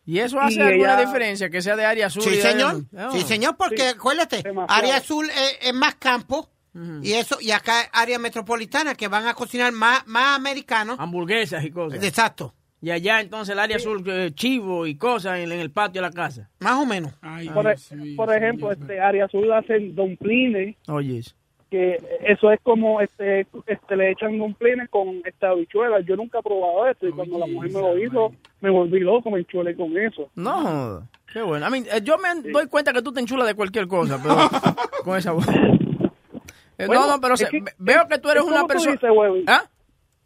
[SPEAKER 7] ¿Y eso hace
[SPEAKER 12] Y
[SPEAKER 7] alguna
[SPEAKER 12] ella-
[SPEAKER 7] diferencia? Que sea de área azul. y
[SPEAKER 8] Sí,
[SPEAKER 7] de área
[SPEAKER 8] señor.
[SPEAKER 7] norte? Ah.
[SPEAKER 8] Sí, señor, porque acuérdate,
[SPEAKER 12] demasiado.
[SPEAKER 8] área azul es, es más campo y eso y acá área metropolitana que van a cocinar más más americanos.
[SPEAKER 7] Hamburguesas y cosas.
[SPEAKER 8] Exacto.
[SPEAKER 7] Y allá entonces el área azul, eh, chivo y cosas en, en el patio de la casa.
[SPEAKER 8] Más o menos.
[SPEAKER 9] Ay,
[SPEAKER 12] Por, e-
[SPEAKER 9] Dios mío,
[SPEAKER 12] por ejemplo,
[SPEAKER 9] señor.
[SPEAKER 12] este área azul hacen domplines,
[SPEAKER 7] Oye, eso.
[SPEAKER 12] que eso es como este, este le echan domplines con esta habichuela. Yo nunca he probado esto y cuando la
[SPEAKER 9] Oye,
[SPEAKER 12] mujer me lo
[SPEAKER 9] esa
[SPEAKER 12] hizo,
[SPEAKER 9] madre.
[SPEAKER 12] me volví loco, me enchulé con eso.
[SPEAKER 7] no joda. Qué bueno. A mí, eh, yo me doy cuenta que tú te enchulas de cualquier cosa, pero con esa voz. Eh,
[SPEAKER 12] Bueno,
[SPEAKER 7] no, no, pero
[SPEAKER 12] es
[SPEAKER 7] se-
[SPEAKER 12] que-
[SPEAKER 7] ve- veo que tú eres
[SPEAKER 12] es
[SPEAKER 7] una
[SPEAKER 12] como tú
[SPEAKER 7] persona.
[SPEAKER 12] dices, huevín.
[SPEAKER 7] ¿Ah?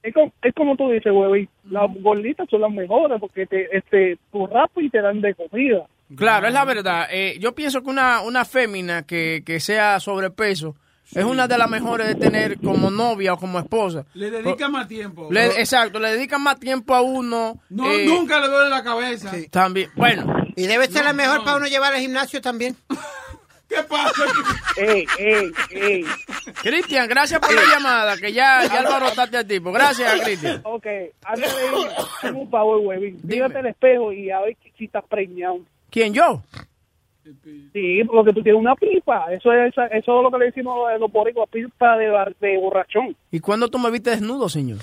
[SPEAKER 12] Es como, es como tú dices, huevín, las gorditas son las mejores porque te, este, tú rapas y te dan de comida.
[SPEAKER 7] Claro, es la verdad. Eh, yo pienso que una, una fémina que, que sea sobrepeso es una de las mejores de tener como novia o como esposa.
[SPEAKER 12] este-
[SPEAKER 9] Le dedica más tiempo.
[SPEAKER 7] Le- exacto, le dedican más tiempo a uno.
[SPEAKER 9] no,
[SPEAKER 7] eh,
[SPEAKER 9] nunca le duele la cabeza.
[SPEAKER 7] También, bueno,
[SPEAKER 8] Y debe ser la mejor
[SPEAKER 9] no.
[SPEAKER 8] para uno llevar al gimnasio también.
[SPEAKER 9] ¿Qué pasa?
[SPEAKER 12] Ey, ey, ey.
[SPEAKER 7] Cristian, gracias por la llamada, que ya, ya alborotaste al tipo. Pues Gracias, Cristian.
[SPEAKER 12] Ok, antes de ir, tengo un favor, huevín.
[SPEAKER 7] Dime.
[SPEAKER 12] Mírate al espejo y a ver si estás preñado.
[SPEAKER 7] ¿Quién, yo?
[SPEAKER 12] Sí, porque tú tienes una pipa. Eso es, eso es lo que le decimos a los boricuas, pipa de, bar- de borrachón.
[SPEAKER 7] ¿Y cuándo tú me viste desnudo, señor?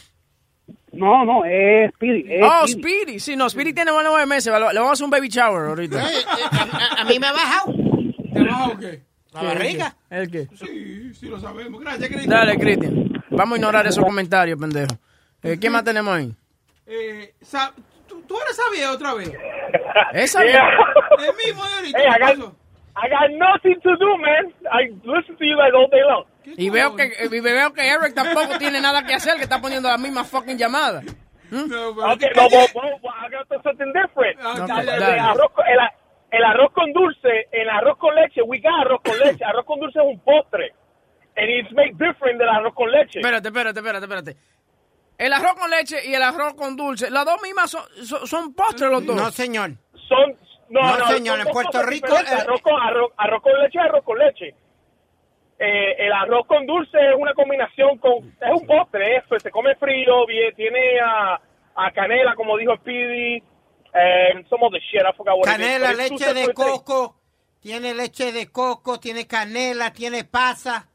[SPEAKER 12] No, no, es Speedy.
[SPEAKER 8] Eh,
[SPEAKER 12] Es
[SPEAKER 7] oh,
[SPEAKER 12] Speedy.
[SPEAKER 7] Speedy. Sí, no, Speedy tiene más nueve meses. Le vamos a hacer un baby shower ahorita.
[SPEAKER 8] Eh, eh, a, a- a mí me ha bajado
[SPEAKER 9] ¿Te baja o qué?
[SPEAKER 8] la barriga.
[SPEAKER 7] ¿El qué?
[SPEAKER 9] Sí, sí lo sabemos. Gracias, Cristian.
[SPEAKER 7] Dale, Cristian. Vamos a ignorar esos comentarios, pendejo. Eh, ¿Qué más tenemos ahí?
[SPEAKER 9] Eh, sa- ¿tú, tú eres sabia otra vez.
[SPEAKER 7] Esa
[SPEAKER 9] El mismo de ahorita.
[SPEAKER 13] Hey, I
[SPEAKER 9] ¿qué
[SPEAKER 13] got,
[SPEAKER 9] pasó?
[SPEAKER 13] I got nothing to do, man. I listen to you guys all day long.
[SPEAKER 9] ¿Qué
[SPEAKER 7] Y veo que,
[SPEAKER 9] cojones?
[SPEAKER 7] y veo que Eric tampoco tiene nada que hacer, que está poniendo la misma fucking llamada.
[SPEAKER 9] No,
[SPEAKER 12] Ah,
[SPEAKER 9] pero-
[SPEAKER 13] Okay, no, but, but, but I got something different.
[SPEAKER 9] Ah, dale,
[SPEAKER 7] No, pues,
[SPEAKER 13] El
[SPEAKER 9] dale.
[SPEAKER 7] dale.
[SPEAKER 13] arroz, con- el, a- el arroz con dulce, el arroz con leche, we got arroz con leche. Arroz con dulce es un postre. And it's made different del arroz con leche.
[SPEAKER 7] Espérate, espérate, espérate, espérate. El arroz con leche y el arroz con dulce, las dos mismas son, son, son postres los dos.
[SPEAKER 8] No, señor.
[SPEAKER 13] son, no,
[SPEAKER 8] No,
[SPEAKER 13] no,
[SPEAKER 8] señor,
[SPEAKER 13] son
[SPEAKER 8] en
[SPEAKER 13] dos
[SPEAKER 8] Puerto
[SPEAKER 13] cosas
[SPEAKER 8] Rico,
[SPEAKER 13] diferentes.
[SPEAKER 8] eh,
[SPEAKER 13] Arroz con, arroz, arroz con leche es arroz con leche. Eh, el arroz con dulce es una combinación con... Es un postre, eso. Se come frío, bien, tiene a, a canela, como dijo Speedy. Eh, some other shit, I forgot what it is,
[SPEAKER 8] Canela,
[SPEAKER 13] but it's two
[SPEAKER 8] leche de
[SPEAKER 13] separate things.
[SPEAKER 8] coco. Tiene leche de coco, tiene canela, tiene pasa.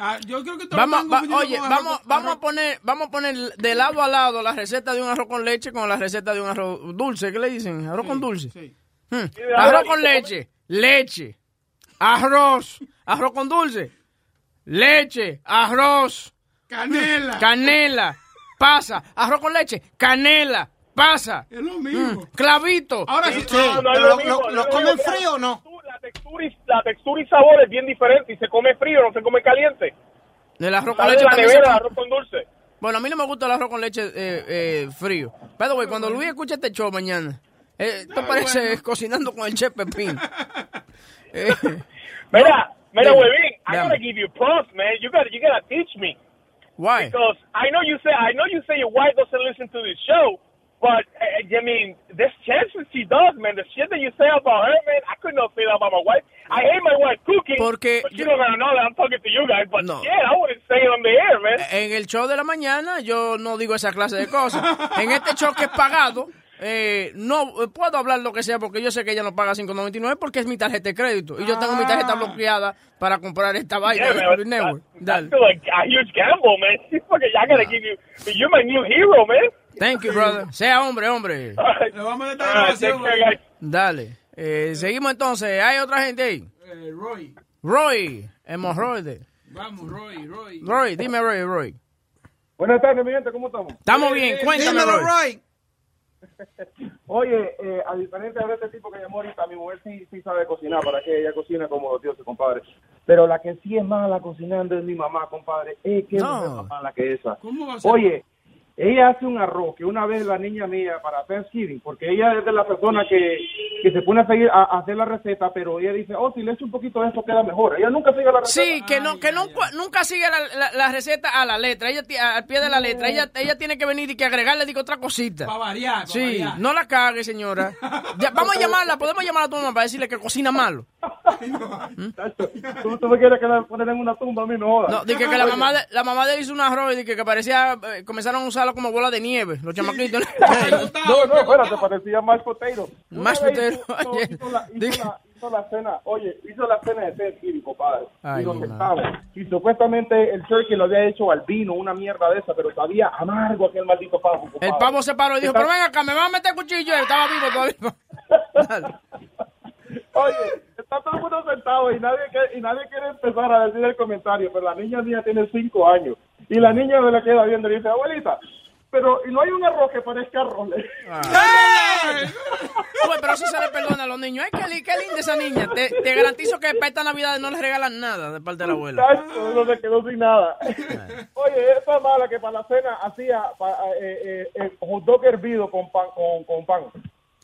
[SPEAKER 9] Ah, yo creo que te lo
[SPEAKER 7] Vamos,
[SPEAKER 9] están
[SPEAKER 7] va-
[SPEAKER 9] confundiendo
[SPEAKER 7] oye,
[SPEAKER 9] con arroz-
[SPEAKER 7] vamos, vamos a
[SPEAKER 9] arroz-
[SPEAKER 7] poner, vamos a poner de lado a lado la receta de un arroz con leche con la receta de un arroz dulce, ¿qué le dicen? Arroz con dulce.
[SPEAKER 9] Sí. pues.
[SPEAKER 7] Hmm.
[SPEAKER 13] de
[SPEAKER 7] Arroz
[SPEAKER 13] arroz y
[SPEAKER 7] con
[SPEAKER 13] se come-
[SPEAKER 7] leche, leche, arroz, arroz con dulce, leche, arroz,
[SPEAKER 9] Canela.
[SPEAKER 7] canela, pasa, arroz con leche, canela, pasa, Mm,
[SPEAKER 9] es lo mismo. Ah.
[SPEAKER 7] clavito.
[SPEAKER 9] Ahora sí.
[SPEAKER 8] Sí,
[SPEAKER 13] No, no, es
[SPEAKER 8] pero lo,
[SPEAKER 13] mismo,
[SPEAKER 8] lo-
[SPEAKER 13] es
[SPEAKER 8] lo
[SPEAKER 13] mismo,
[SPEAKER 8] comen
[SPEAKER 13] mira,
[SPEAKER 8] frío o no?
[SPEAKER 13] La textura, y, la textura y sabor es bien diferente y se come frío, no se come caliente.
[SPEAKER 7] El arroz con
[SPEAKER 13] Sale de
[SPEAKER 7] leche
[SPEAKER 13] la
[SPEAKER 7] también se
[SPEAKER 13] nevera, el
[SPEAKER 7] come-
[SPEAKER 13] arroz con dulce.
[SPEAKER 7] Bueno, a mí no me gusta el arroz con leche eh, eh, frío. Pero, güey, cuando Luis escucha este show mañana, eh, esto
[SPEAKER 9] Ah,
[SPEAKER 7] parece cocinando con el chef Pepín. Eh,
[SPEAKER 13] Mira, mira,
[SPEAKER 7] Dime.
[SPEAKER 13] huevín, I
[SPEAKER 7] Dame.
[SPEAKER 13] gotta give you props, man. You gotta, you gotta teach me
[SPEAKER 7] why?
[SPEAKER 13] because I know you say, I know you say your wife doesn't listen to this show, but uh, I mean, there's chances she does, man. The shit that you say about her, man, I could not say that about my wife. I hate my wife cooking,
[SPEAKER 7] Porque
[SPEAKER 13] but you
[SPEAKER 7] yo-
[SPEAKER 13] don't gotta know that I'm talking to you guys. But
[SPEAKER 7] No. Eh,
[SPEAKER 13] yeah, I wouldn't say it on the air, man.
[SPEAKER 7] En el show de la mañana yo no digo esa clase de cosas. En este show que es pagado, eh, no eh, puedo hablar lo que sea porque yo sé que ella no paga 5.99 porque es mi tarjeta de crédito. Y yo tengo mi tarjeta bloqueada para comprar esta vaina.
[SPEAKER 13] Yeah,
[SPEAKER 7] de
[SPEAKER 13] man.
[SPEAKER 7] Luis
[SPEAKER 13] that's-
[SPEAKER 7] eh, Network.
[SPEAKER 13] that's
[SPEAKER 7] Dale.
[SPEAKER 13] still like a huge gamble, man. Fucking, I gotta give you. You're my new hero, man.
[SPEAKER 7] Thank you, brother. Sea hombre, hombre.
[SPEAKER 13] All right.
[SPEAKER 9] Le vamos a dar esta
[SPEAKER 13] All right, take
[SPEAKER 9] grabación.
[SPEAKER 13] care, guys.
[SPEAKER 7] Dale. Eh, seguimos entonces. Hay otra gente ahí.
[SPEAKER 9] Eh, Roy.
[SPEAKER 7] Roy, hemorroide.
[SPEAKER 9] Vamos, Roy, Roy.
[SPEAKER 7] Roy, dime Roy, Roy.
[SPEAKER 12] Buenas tardes, mi gente, ¿cómo estamos?
[SPEAKER 7] Estamos bien, cuéntame
[SPEAKER 8] Dímelo,
[SPEAKER 7] Roy.
[SPEAKER 8] Roy.
[SPEAKER 14] Oye, eh, a diferencia de este tipo que llamó ahorita, mi mujer sí, sí sabe cocinar, para que ella cocina como los dioses, compadre. Pero la que sí es mala cocinando es mi mamá, compadre. Eh, qué
[SPEAKER 10] No.
[SPEAKER 14] mujer más mala que esa.
[SPEAKER 10] ¿Cómo va a ser?
[SPEAKER 14] Oye, ella hace un arroz que una vez la niña mía para Thanksgiving, porque ella es de la persona que, que se pone a seguir a, a hacer la receta, pero ella dice, oh, si le echo un poquito de esto queda mejor. Ella nunca sigue la receta.
[SPEAKER 7] Sí, que no, que nunca, nunca sigue la, la- la receta a la letra, ella ti- a- al pie de la letra, ella, ella tiene que venir y que agregarle digo otra cosita. Para
[SPEAKER 9] variar, pa'
[SPEAKER 7] Sí,
[SPEAKER 9] variar.
[SPEAKER 7] no la cague, señora. Ya, vamos a llamarla, podemos llamar a tu mamá para decirle que cocina malo.
[SPEAKER 14] Tú, tú me quieres que la ponen en una tumba, a mí no jodas.
[SPEAKER 7] No, dije que la
[SPEAKER 14] Oye,
[SPEAKER 7] mamá de, la mamá de él hizo un arroz y dije que parecía, eh, comenzaron a usarlo como bola de nieve, los chamaquitos.
[SPEAKER 14] No, no, espérate, parecía más Potato. Una
[SPEAKER 7] Mashed
[SPEAKER 14] vez
[SPEAKER 7] potato,
[SPEAKER 14] hizo-
[SPEAKER 7] oye.
[SPEAKER 14] hizo la- Hizo la- hizo la cena, oye, hizo la cena de Thanksgiving, compadre.
[SPEAKER 7] Ay,
[SPEAKER 14] y nos
[SPEAKER 7] mi madre.
[SPEAKER 14] sentamos. Y supuestamente el turkey lo había hecho al vino, una mierda de esa, pero sabía amargo aquel maldito pavo, compadre.
[SPEAKER 7] El pavo se paró y dijo,
[SPEAKER 14] Está-
[SPEAKER 7] pero ven acá, me van a meter cuchillo. Él Estaba vivo todavía.
[SPEAKER 14] Oye, está todo el mundo sentado y nadie, que- y nadie quiere empezar a decir el comentario, pero la niña mía tiene cinco años. Y la niña me la queda viendo y dice, abuelita, pero y no hay un arroz que parezca arroz.
[SPEAKER 7] Güey, pero eso se le perdona a los niños. Ay, qué, li- qué linda esa niña. Te, te garantizo que para esta Navidad no les regalan nada de parte de la abuela.
[SPEAKER 14] Exacto, no se quedó sin nada. Oye, esa mala que para la cena hacía pa- eh, eh, eh, hot dog hervido con pan. Con, con pan.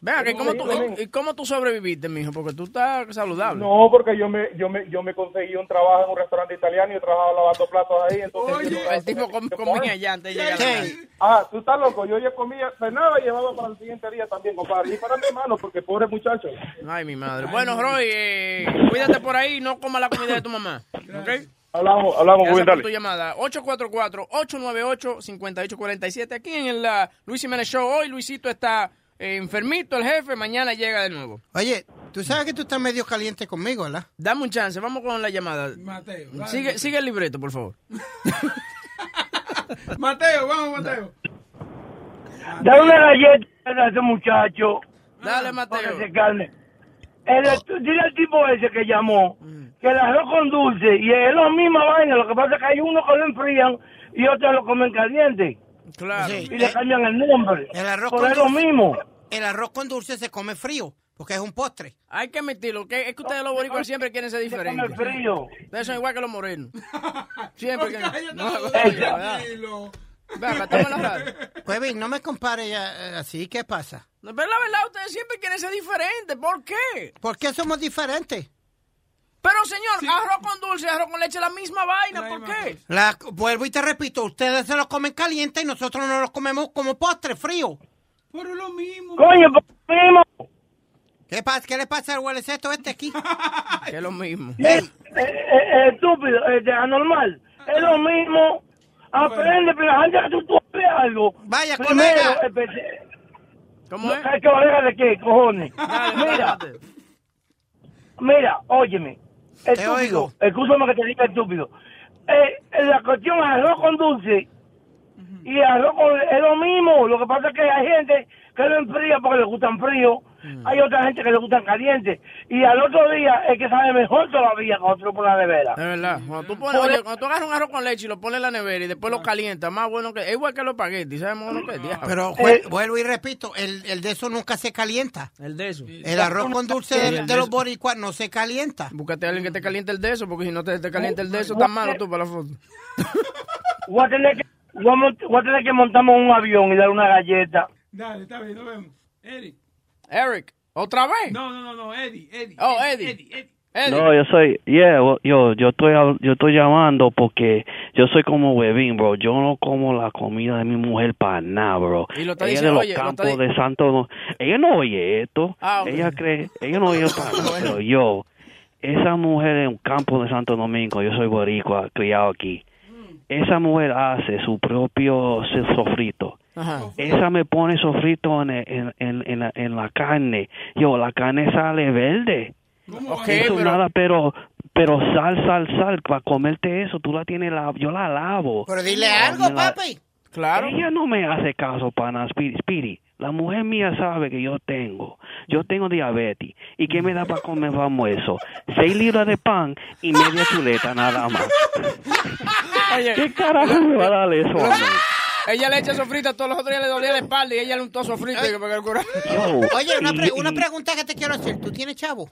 [SPEAKER 7] Ven acá, ¿y cómo, tú,
[SPEAKER 14] Horrible.
[SPEAKER 7] y cómo tú sobreviviste, mijo? Porque tú estás saludable.
[SPEAKER 14] No, porque yo me, yo me, yo me conseguí un trabajo en un restaurante italiano y yo trabajaba lavando platos ahí. Entonces,
[SPEAKER 7] el tipo com- comía ya antes de llegar a la casa.
[SPEAKER 14] Ah, tú estás loco. Yo ya comía, cenaba y llevaba para el siguiente día también, compadre. Y para mi hermano, porque pobre muchacho.
[SPEAKER 7] Ay, mi madre. Bueno, Roy, eh, cuídate por ahí y no comas la comida de tu mamá. ¿Ok?
[SPEAKER 14] Hablamos, hablamos,
[SPEAKER 7] Gracias
[SPEAKER 14] Rubén,
[SPEAKER 7] por
[SPEAKER 14] dale.
[SPEAKER 7] tu llamada. 844-898-5847. Aquí en el ah, Luis Jiménez Show. Hoy Luisito está eh, enfermito, el jefe. Mañana llega de nuevo.
[SPEAKER 8] Oye, tú sabes que tú estás medio caliente conmigo, ¿verdad?
[SPEAKER 7] Dame un chance, vamos con la llamada.
[SPEAKER 9] Mateo, dale.
[SPEAKER 7] Sigue, sigue el libreto, por favor.
[SPEAKER 9] Mateo, vamos, Mateo.
[SPEAKER 15] Dale una galleta a ese muchacho.
[SPEAKER 7] Dale, Mateo.
[SPEAKER 15] se calme. El,
[SPEAKER 14] Ah.
[SPEAKER 15] dile al tipo ese que llamó que el arroz con dulce y es la misma vaina. Lo que pasa es que hay uno que lo enfrían y otro lo comen caliente.
[SPEAKER 7] Claro.
[SPEAKER 15] Y le cambian el nombre.
[SPEAKER 8] Eh. El arroz
[SPEAKER 15] Pero
[SPEAKER 8] con
[SPEAKER 15] es lo
[SPEAKER 8] dulce.
[SPEAKER 15] mismo.
[SPEAKER 8] El arroz con dulce se come frío, porque es un postre.
[SPEAKER 7] Hay que admitirlo, que es que ustedes los boricuas siempre quieren ser diferentes.
[SPEAKER 8] Déjame frío.
[SPEAKER 7] Ustedes son igual que los morenos. Siempre que... No, Venga, estamos en la radio.
[SPEAKER 8] Huevín, Pues no me compares ya, eh, así, ¿qué pasa?
[SPEAKER 7] No, pero la verdad, ustedes siempre quieren ser diferentes. ¿Por qué?
[SPEAKER 8] ¿Por qué somos diferentes?
[SPEAKER 7] Pero, señor, arroz con dulce, arroz con leche, la misma vaina. ¿Por qué?
[SPEAKER 8] La- vuelvo y te repito, ustedes se los comen caliente y nosotros no los comemos como postre frío.
[SPEAKER 9] Pero lo mismo.
[SPEAKER 8] Coño, primo. ¿Qué, pasa? ¿Qué le pasa al hueleceto este aquí?
[SPEAKER 7] que es lo mismo.
[SPEAKER 15] Es, es- es Eh, estúpido, es de anormal. Es lo mismo. Aprende, pero antes que tú, tú hables algo.
[SPEAKER 8] Vaya,
[SPEAKER 15] primero,
[SPEAKER 8] colega.
[SPEAKER 12] eh,
[SPEAKER 15] espe-
[SPEAKER 7] ¿Cómo es?
[SPEAKER 15] ¿Qué colega de qué, cojones? mira, mira, óyeme. Estúpido. Escúchame que te diga estúpido. Eh, la cuestión es arroz con dulce y arroz con... Es lo mismo. Lo que pasa es que hay gente que lo enfría porque le gustan frío. Hay otra gente que le gustan caliente. Y al otro día es que sabe mejor todavía cuando tú lo pones en la nevera.
[SPEAKER 7] Es verdad. Cuando tú, pones, oye, cuando tú agarras un arroz con leche y lo pones en la nevera y después lo calientas, más bueno que... Es igual que los espaguetis, ¿sabes? Más bueno que el diablo.
[SPEAKER 8] Pero jue- vuelvo y repito, el, el de eso nunca se calienta.
[SPEAKER 7] El de eso.
[SPEAKER 8] El arroz con dulce
[SPEAKER 7] Sí,
[SPEAKER 8] de,
[SPEAKER 7] el
[SPEAKER 8] de
[SPEAKER 7] de
[SPEAKER 8] los
[SPEAKER 7] eso.
[SPEAKER 8] boricuas no se calienta.
[SPEAKER 7] Búscate a alguien que te caliente el de eso, porque si no te, te calienta el de eso, estás malo tú para la foto.
[SPEAKER 15] Voy a tener que, voy a mont- voy a tener que montarme en un avión y dar una galleta.
[SPEAKER 9] Dale, está bien, nos vemos. Eric.
[SPEAKER 7] Eric, ¿otra vez?
[SPEAKER 9] No, no, no, no, Eddie, Eddie.
[SPEAKER 7] Oh, Eddie.
[SPEAKER 13] No, yo soy, yeah, well, yo, yo estoy, hab- yo estoy llamando porque yo soy como Webin, bro. Yo no como la comida de mi mujer para nada, bro.
[SPEAKER 7] Y lo está
[SPEAKER 13] ella
[SPEAKER 7] diciendo,
[SPEAKER 13] de los
[SPEAKER 7] oye, lo está
[SPEAKER 13] campos
[SPEAKER 7] di-
[SPEAKER 13] de Santo, Domingo- ella no oye esto.
[SPEAKER 7] Ah, ok.
[SPEAKER 13] Ella cree, ella no oye para nada, pero yo, esa mujer en un campo de Santo Domingo, yo soy boricua, criado aquí. Esa mujer hace su propio sofrito. Esa me pone sofrito en, en, en, en la, en la carne. Yo, la carne sale verde.
[SPEAKER 7] Ok,
[SPEAKER 13] eso
[SPEAKER 7] pero...
[SPEAKER 13] nada, pero pero sal, sal, sal, para comerte eso, tú la tienes, la, yo la lavo.
[SPEAKER 8] Pero dile
[SPEAKER 13] Yo
[SPEAKER 8] algo,
[SPEAKER 13] me la-
[SPEAKER 8] papi.
[SPEAKER 7] Claro.
[SPEAKER 13] Ella no me hace caso, pana, Spiri. Spiri, La mujer mía sabe que yo tengo, yo tengo diabetes. ¿Y qué me da para comer para almuerzo? Seis libras de pan y media chuleta nada más.
[SPEAKER 7] Oye,
[SPEAKER 13] ¿Qué carajo me va a dar eso a mí?
[SPEAKER 7] Ella le echa sofrito a todos los otros días, le dolía la espalda y ella le untó sofrito. y que para que el cura-
[SPEAKER 8] Oye, una, pre- una pregunta que te quiero hacer. ¿Tú tienes chavo?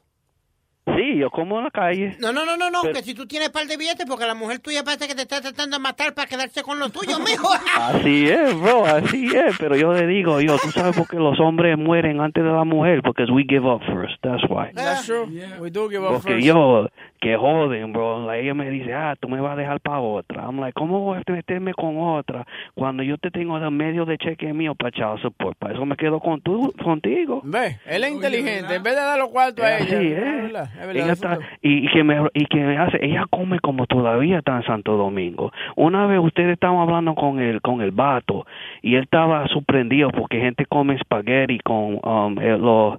[SPEAKER 13] Sí, yo como en la calle.
[SPEAKER 8] No, no, no, no, no.
[SPEAKER 13] Pero-
[SPEAKER 8] Que si tú tienes par de billetes, porque la mujer tuya parece que te está tratando de matar para quedarse con los tuyos, mijo.
[SPEAKER 13] Así es, bro, así es. Pero yo le digo, yo, tú sabes por qué los hombres mueren antes de la mujer, porque we give up first, that's why.
[SPEAKER 7] That's true. We do give up
[SPEAKER 13] Porque
[SPEAKER 7] first.
[SPEAKER 13] yo, que joden, bro. Like, ella me dice, ah, tú me vas a dejar para otra. I'm like, ¿cómo voy a meterme con otra cuando yo te tengo los medios de cheque mío para child support? Para eso me quedo con tú, contigo.
[SPEAKER 7] Ve, él es inteligente. En vez de dar los cuartos a ella.
[SPEAKER 13] Así es.
[SPEAKER 7] verdad, es verdad, eso
[SPEAKER 13] Ella está, y, y que me, y que me hace, ella come como todavía está en Santo Domingo. Una vez ustedes estaban hablando con el, con el vato y él estaba sorprendido porque gente come espagueti con um, eh, los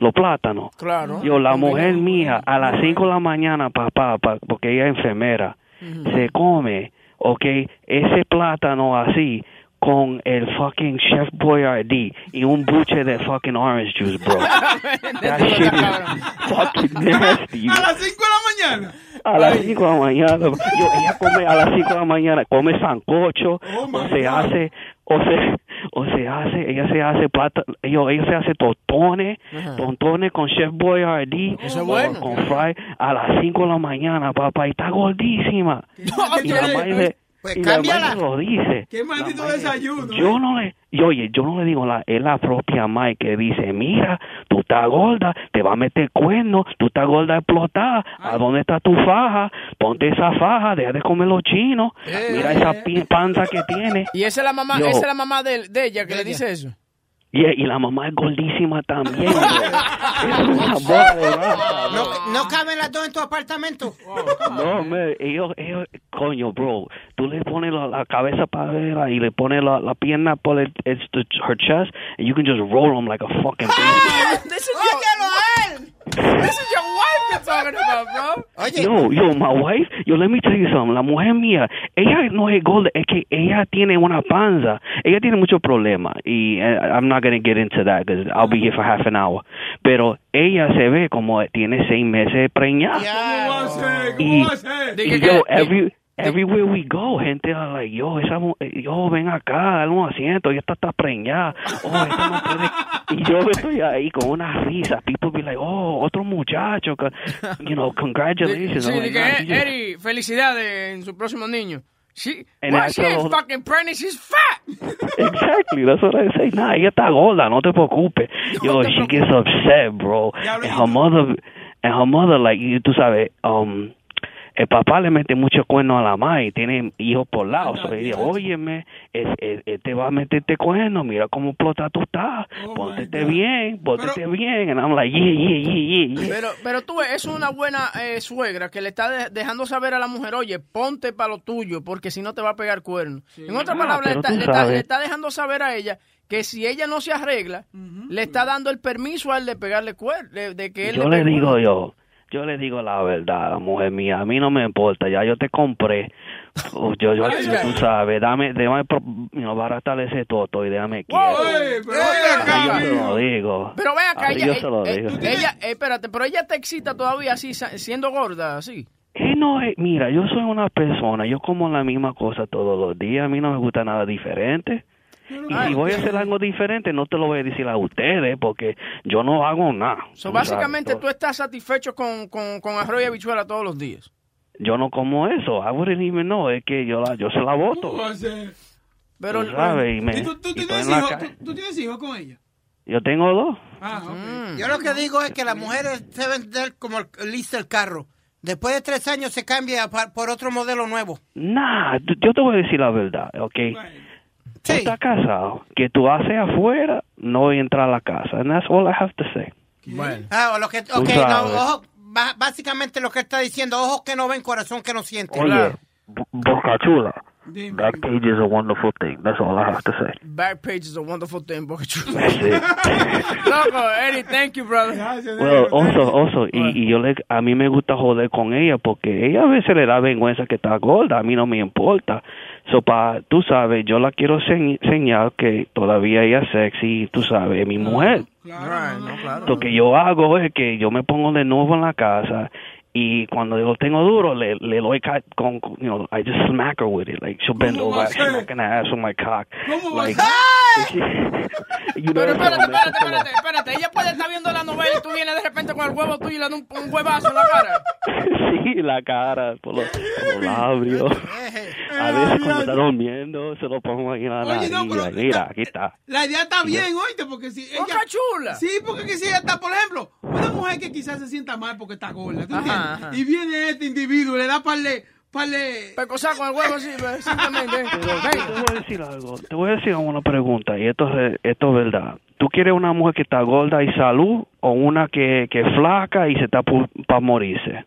[SPEAKER 13] los plátanos.
[SPEAKER 7] Claro.
[SPEAKER 13] Yo, la mujer mía, a las 5 de la mañana, papá, pa- porque ella es enfermera, se come, ok, ese plátano así con el fucking Chef Boyardee y un buche de fucking orange juice, bro. That shit is fucking nasty.
[SPEAKER 9] A las 5 de la mañana.
[SPEAKER 13] A las 5 de la mañana, yo, ella come a las 5 de la mañana, come sancocho,
[SPEAKER 9] Oh,
[SPEAKER 13] o se hace, o se, o se hace, ella se hace plata, yo, ella se hace tostones, tostones con Chef Boyardee, o
[SPEAKER 7] bueno.
[SPEAKER 13] con fry, a las 5 de la mañana, papá, y está gordísima. y la
[SPEAKER 9] Pues
[SPEAKER 13] madre le- y la
[SPEAKER 9] cámbiala.
[SPEAKER 13] madre lo dice.
[SPEAKER 9] Qué maldito desayuno. ¿eh?
[SPEAKER 13] Yo no le, y oye, yo no le digo, la, es la propia Mike que dice, mira, tú estás gorda, te va a meter cuerno, tú estás gorda explotada, ¿a dónde está tu faja? Ponte esa faja, deja de comer los chinos, mira esa pi- panza que tiene.
[SPEAKER 7] Y esa es la mamá,
[SPEAKER 13] Yo-
[SPEAKER 7] esa es la mamá de, de ella que le dice eso.
[SPEAKER 13] Y, y la mamá es gordísima también. bro. es una bola de rata, bro.
[SPEAKER 8] No, no caben las dos en tu apartamento.
[SPEAKER 13] No, me, ellos, ellos, coño, bro, tú le pones la, la cabeza para arriba y le pones la, la pierna por el, it's the- her chest, and you can just roll them like a fucking baby.
[SPEAKER 7] This is your, this is your wife you're talking about, bro.
[SPEAKER 13] Yo, yo, my wife, yo, let me tell you something, la mujer mía, ella no es gorda, es que ella tiene una panza, ella tiene muchos problemas, y eh, I'm not gonna get into that, because I'll be here for half an hour, pero ella se ve como tiene seis meses preñada. Y- y yo, every, everywhere we go, gente are like, yo, esa, mu- eh, yo, ven acá, dale un asiento, y esta está preñada. Oh, esta no puede. Y yo estoy ahí con una risa. People be like, oh, otro muchacho, ca- you know, congratulations.
[SPEAKER 7] Sí,
[SPEAKER 13] I'm
[SPEAKER 7] de
[SPEAKER 13] like,
[SPEAKER 7] que,
[SPEAKER 13] "Nah,
[SPEAKER 7] "Eh,
[SPEAKER 13] you just-"
[SPEAKER 7] Eri, felicidades en su próximo niño. She,
[SPEAKER 13] And
[SPEAKER 7] well,
[SPEAKER 13] I
[SPEAKER 7] she is
[SPEAKER 13] told-
[SPEAKER 7] fucking pregnant, she's fat.
[SPEAKER 13] exactly, that's what I say. Nah, ella está gorda, no te preocupes. Yo, she gets upset, bro. And her mother, and her mother, like, you- tú sabes, um, el papá le mete mucho cuerno a la madre y tiene hijos por lado. So, ella, óyeme, es, es- este va a meterte cuerno, mira cómo plota tú estás, póntete bien, póntete bien. And I'm like, yeah, yeah, yeah, yeah, yeah.
[SPEAKER 7] Pero, pero tú, ves, eso es una buena eh, suegra que le está de- dejando saber a la mujer, oye, ponte para lo tuyo, porque si no te va a pegar cuerno. En otras
[SPEAKER 13] Ah,
[SPEAKER 7] palabras, le
[SPEAKER 13] pero
[SPEAKER 7] está,
[SPEAKER 13] tú
[SPEAKER 7] le está-
[SPEAKER 13] sabes.
[SPEAKER 7] le está dejando saber a ella que si ella no se arregla, le está dando el permiso a él de pegarle cuerno, de, de que él
[SPEAKER 13] yo
[SPEAKER 7] le
[SPEAKER 13] le
[SPEAKER 7] pegue
[SPEAKER 13] digo
[SPEAKER 7] cuerno.
[SPEAKER 13] yo, yo le digo la verdad, mujer mía, a mí no me importa, ya yo te compré, yo, yo, yo- tú sabes, dame, déjame, pro- you know, baratarle ese toto y déjame quieto. Así yo se lo digo.
[SPEAKER 7] Pero ve acá,
[SPEAKER 13] Así
[SPEAKER 7] ella,
[SPEAKER 13] yo
[SPEAKER 7] eh,
[SPEAKER 13] se lo
[SPEAKER 7] eh,
[SPEAKER 13] digo.
[SPEAKER 7] ella- eh, espérate, pero ella te excita todavía así, sa- siendo gorda, así.
[SPEAKER 13] Eh, no, eh, mira, yo soy una persona, yo como la misma cosa todos los días, a mí no me gusta nada diferente. Y si voy a hacer algo diferente, no te lo voy a decir a ustedes porque yo no hago nada.
[SPEAKER 7] So,
[SPEAKER 13] tú sabes.
[SPEAKER 7] básicamente tú estás satisfecho con, con, con arroz y habichuela todos los días.
[SPEAKER 13] Yo no como eso. I wouldn't even know. Es que yo, la, yo se la voto.
[SPEAKER 7] Pero
[SPEAKER 13] Tú sabes, y me-
[SPEAKER 9] tú, tú
[SPEAKER 13] y estoy
[SPEAKER 9] tienes
[SPEAKER 13] en la
[SPEAKER 9] hijos,
[SPEAKER 13] calle.
[SPEAKER 9] tú, tú tienes hijos con ella.
[SPEAKER 13] Yo tengo dos.
[SPEAKER 8] Yo lo que digo es que las mujeres deben ser como el el lease del carro. Después de tres años se cambia pa- por otro modelo nuevo.
[SPEAKER 13] Nah, tú- yo te voy a decir la verdad, ¿ok? Tú estás casado. Que tú haces afuera, no entra a la casa. And that's all I have to say.
[SPEAKER 8] Ah, o lo que,
[SPEAKER 13] Tú
[SPEAKER 8] ok, no,
[SPEAKER 13] sabes.
[SPEAKER 8] ojo, ba- básicamente lo que está diciendo, ojos que no ven, corazón que no siente.
[SPEAKER 13] Oye, eh, bo- boca chula. That page is a wonderful thing. That's all I have to say.
[SPEAKER 7] Backpage is a wonderful thing, porque you.
[SPEAKER 13] That's it.
[SPEAKER 7] Loco, Eddie, thank you, brother.
[SPEAKER 13] Well, also, also, y, y yo le, a mí me gusta joder con ella porque ella a veces le da vergüenza que está gorda, a mí no me importa. So, pa, tú sabes, yo la quiero enseñar que todavía ella es sexy, tú sabes, es mi mujer.
[SPEAKER 7] Right, no, claro.
[SPEAKER 13] Lo que yo hago es que yo me pongo de nuevo en la casa Y cuando lo tengo duro, le, le doy ca- con, you know, I just smack her with it. Like, she'll bend
[SPEAKER 2] ¿Cómo va
[SPEAKER 13] over,
[SPEAKER 2] a ser?
[SPEAKER 13] smacking her ass with my cock.
[SPEAKER 2] ¿Cómo va a
[SPEAKER 13] Like, you know,
[SPEAKER 7] Pero
[SPEAKER 13] so
[SPEAKER 7] espérate,
[SPEAKER 13] that's
[SPEAKER 7] espérate,
[SPEAKER 13] the-
[SPEAKER 7] espérate, espérate. Ella puede estar viendo la novela y tú vienes de repente con el huevo tuyo y le das un, un huevazo en la cara.
[SPEAKER 13] Sí, la cara, por los, por los labios. A veces cuando está durmiendo, se lo pongo ahí en la
[SPEAKER 9] Oye,
[SPEAKER 13] nariz.
[SPEAKER 9] no, pero-
[SPEAKER 13] Mira, aquí está.
[SPEAKER 9] La idea está bien, oíste, porque si ella...
[SPEAKER 7] chula!
[SPEAKER 9] Sí, porque que si ella está, por ejemplo, una mujer que quizás se sienta mal porque está gorda, ¿tú entiendes?
[SPEAKER 7] Ajá, ajá.
[SPEAKER 9] Y viene este individuo, le da parle, parle...
[SPEAKER 7] Pecosar con el huevo así, pues, simplemente. ¿eh?
[SPEAKER 13] Te voy a decir una pregunta, y esto es, re- esto es verdad. ¿Tú quieres una mujer que está gorda y salud o una que, que es flaca y se está para morirse?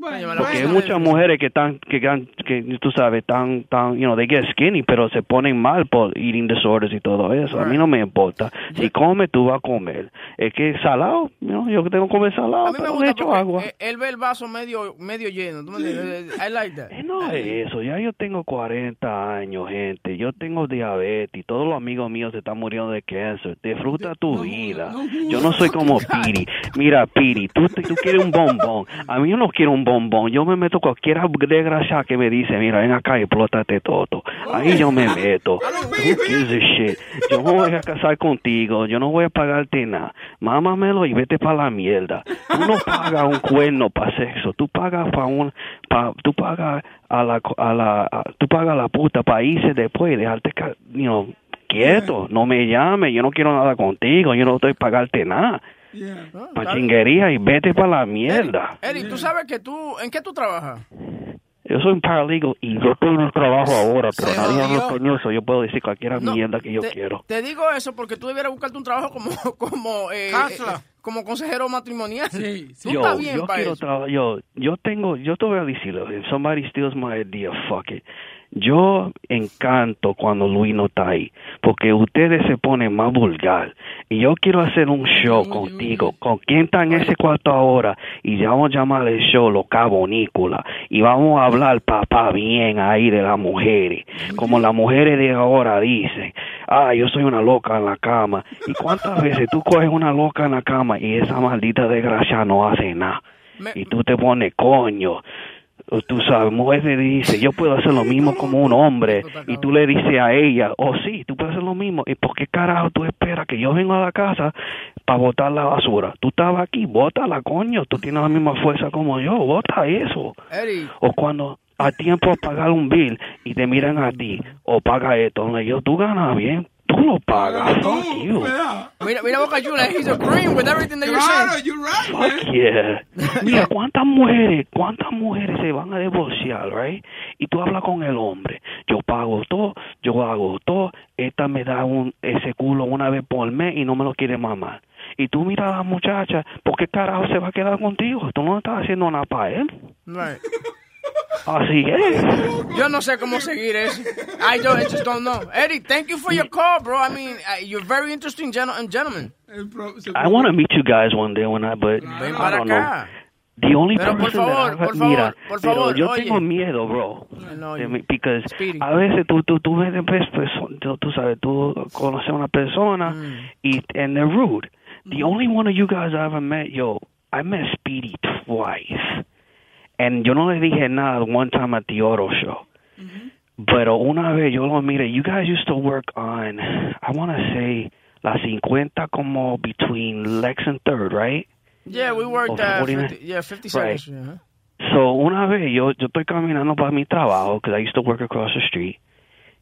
[SPEAKER 13] Porque hay muchas mujeres que están, que, gan- que tú sabes, tan, tan, you know, they get skinny, pero se ponen mal por eating disorders y todo eso. A mí no me importa. Si come, tú vas a comer. Es que salado, you know, yo que tengo que comer salado,
[SPEAKER 7] A mí me
[SPEAKER 13] pero le
[SPEAKER 7] gusta
[SPEAKER 13] echo agua.
[SPEAKER 7] porque eh, él ve el vaso medio, medio lleno. ¿Tú me entiendes? I like that.
[SPEAKER 13] Eh, No es eso, ya yo tengo 40 años, gente. Yo tengo diabetes. Todos los amigos míos se están muriendo de cáncer. Disfruta tu vida. Yo no soy como Piri. Mira, Piri, tú, te- tú quieres un bombón. A mí yo no quiero un bombón. Yo me meto cualquier desgracia que me dice, mira, ven acá y explótate todo. Ahí yo me meto. Who gives a shit? Yo me voy a casar contigo. Yo no voy a pagarte nada. Mámamelo y vete para la mierda. Tú no pagas un cuerno para sexo. Tú pagas para un... pa- tú pagas a la... co- A la a- tú pagas a la puta para irse después y dejarte... ca- You know, quieto. No me llames. Yo no quiero nada contigo. Yo no estoy pagarte nada. Pa' chinguería y vete para la mierda.
[SPEAKER 7] Eric, ¿tú sabes que tú, en qué tú trabajas?
[SPEAKER 13] Yo soy un paralegal y yo tengo un trabajo ahora, pero nadie habla español, so yo puedo decir cualquier mierda que yo quiero.
[SPEAKER 7] Te digo eso porque tú debieras buscarte un trabajo como como eh, eh, como consejero matrimonial. Tú
[SPEAKER 13] yo,
[SPEAKER 7] estás bien
[SPEAKER 13] yo
[SPEAKER 7] para
[SPEAKER 13] quiero
[SPEAKER 7] eso.
[SPEAKER 13] traba- yo, yo tengo, yo te voy a decirlo, if somebody steals my idea, fuck it. Yo encanto cuando Luis no está ahí, porque ustedes se ponen más vulgar. Y yo quiero hacer un show contigo, con quien está en ese cuarto ahora, y ya vamos a llamar el show Loca Bonícula, y vamos a hablar papá bien ahí de las mujeres, como las mujeres de ahora dicen, ah, yo soy una loca en la cama. ¿Y cuántas veces tú coges una loca en la cama y esa maldita desgracia no hace nada? Y tú te pones coño. O Tú sabes, mujer le dice, yo puedo hacer lo mismo como un hombre. Y tú le dices a ella, oh sí, tú puedes hacer lo mismo. ¿Y por qué carajo tú esperas que yo venga a la casa para botar la basura? Tú estabas aquí, bótala, coño. Tú tienes la misma fuerza como yo, bota eso.
[SPEAKER 7] Eric,
[SPEAKER 13] O cuando a tiempo a pagar un bill y te miran a ti, o paga esto. Le digo, tú ganas bien, tú lo pagas. Fuck
[SPEAKER 9] Oh,
[SPEAKER 13] you.
[SPEAKER 7] mira, mira Boca Chula, he's agreeing with everything that you're saying.
[SPEAKER 13] Fuck yeah. Mira, ¿cuántas mujeres, cuántas mujeres se van a divorciar, right? Y tú hablas con el hombre. Yo pago todo, yo hago todo. Esta me da un, ese culo una vez por mes y no me lo quiere mamar. Y tú miras a la muchacha, ¿por qué carajo se va a quedar contigo? Tú no estás haciendo nada para él.
[SPEAKER 7] Right.
[SPEAKER 13] Así es.
[SPEAKER 7] Yo no sé cómo seguir eso. I, don't, I just don't know. Eric, thank you for your call, bro. I mean, uh, you're very interesting gen uh, and gentleman.
[SPEAKER 13] I want to meet you guys one day when I, but
[SPEAKER 7] Ven
[SPEAKER 13] I
[SPEAKER 7] para
[SPEAKER 13] don't know.
[SPEAKER 7] acá.
[SPEAKER 13] The only
[SPEAKER 7] Pero por
[SPEAKER 13] person that
[SPEAKER 7] favor,
[SPEAKER 13] I-
[SPEAKER 7] por favor,
[SPEAKER 13] mira,
[SPEAKER 7] por
[SPEAKER 13] pero
[SPEAKER 7] favor,
[SPEAKER 13] yo
[SPEAKER 7] oye.
[SPEAKER 13] tengo miedo, bro.
[SPEAKER 7] No,
[SPEAKER 13] de
[SPEAKER 7] you-
[SPEAKER 13] mí, because a veces tú tú tú ves ves perso- tú, tú sabes tú conoces a una persona y and they're rude. The only one of you guys I ever met, yo, I met Speedy twice, and yo no le dije nada one time at the auto show. Pero una vez yo lo miré, you guys used to work on, I want to say, la 50 como between Lex and Third, right?
[SPEAKER 7] Yeah, we worked
[SPEAKER 13] Oh,
[SPEAKER 7] uh,
[SPEAKER 13] 49.
[SPEAKER 7] 50, yeah, 50
[SPEAKER 13] Right.
[SPEAKER 7] seconds. yeah.
[SPEAKER 13] So, una vez yo, yo estoy caminando para mi trabajo, because I used to work across the street,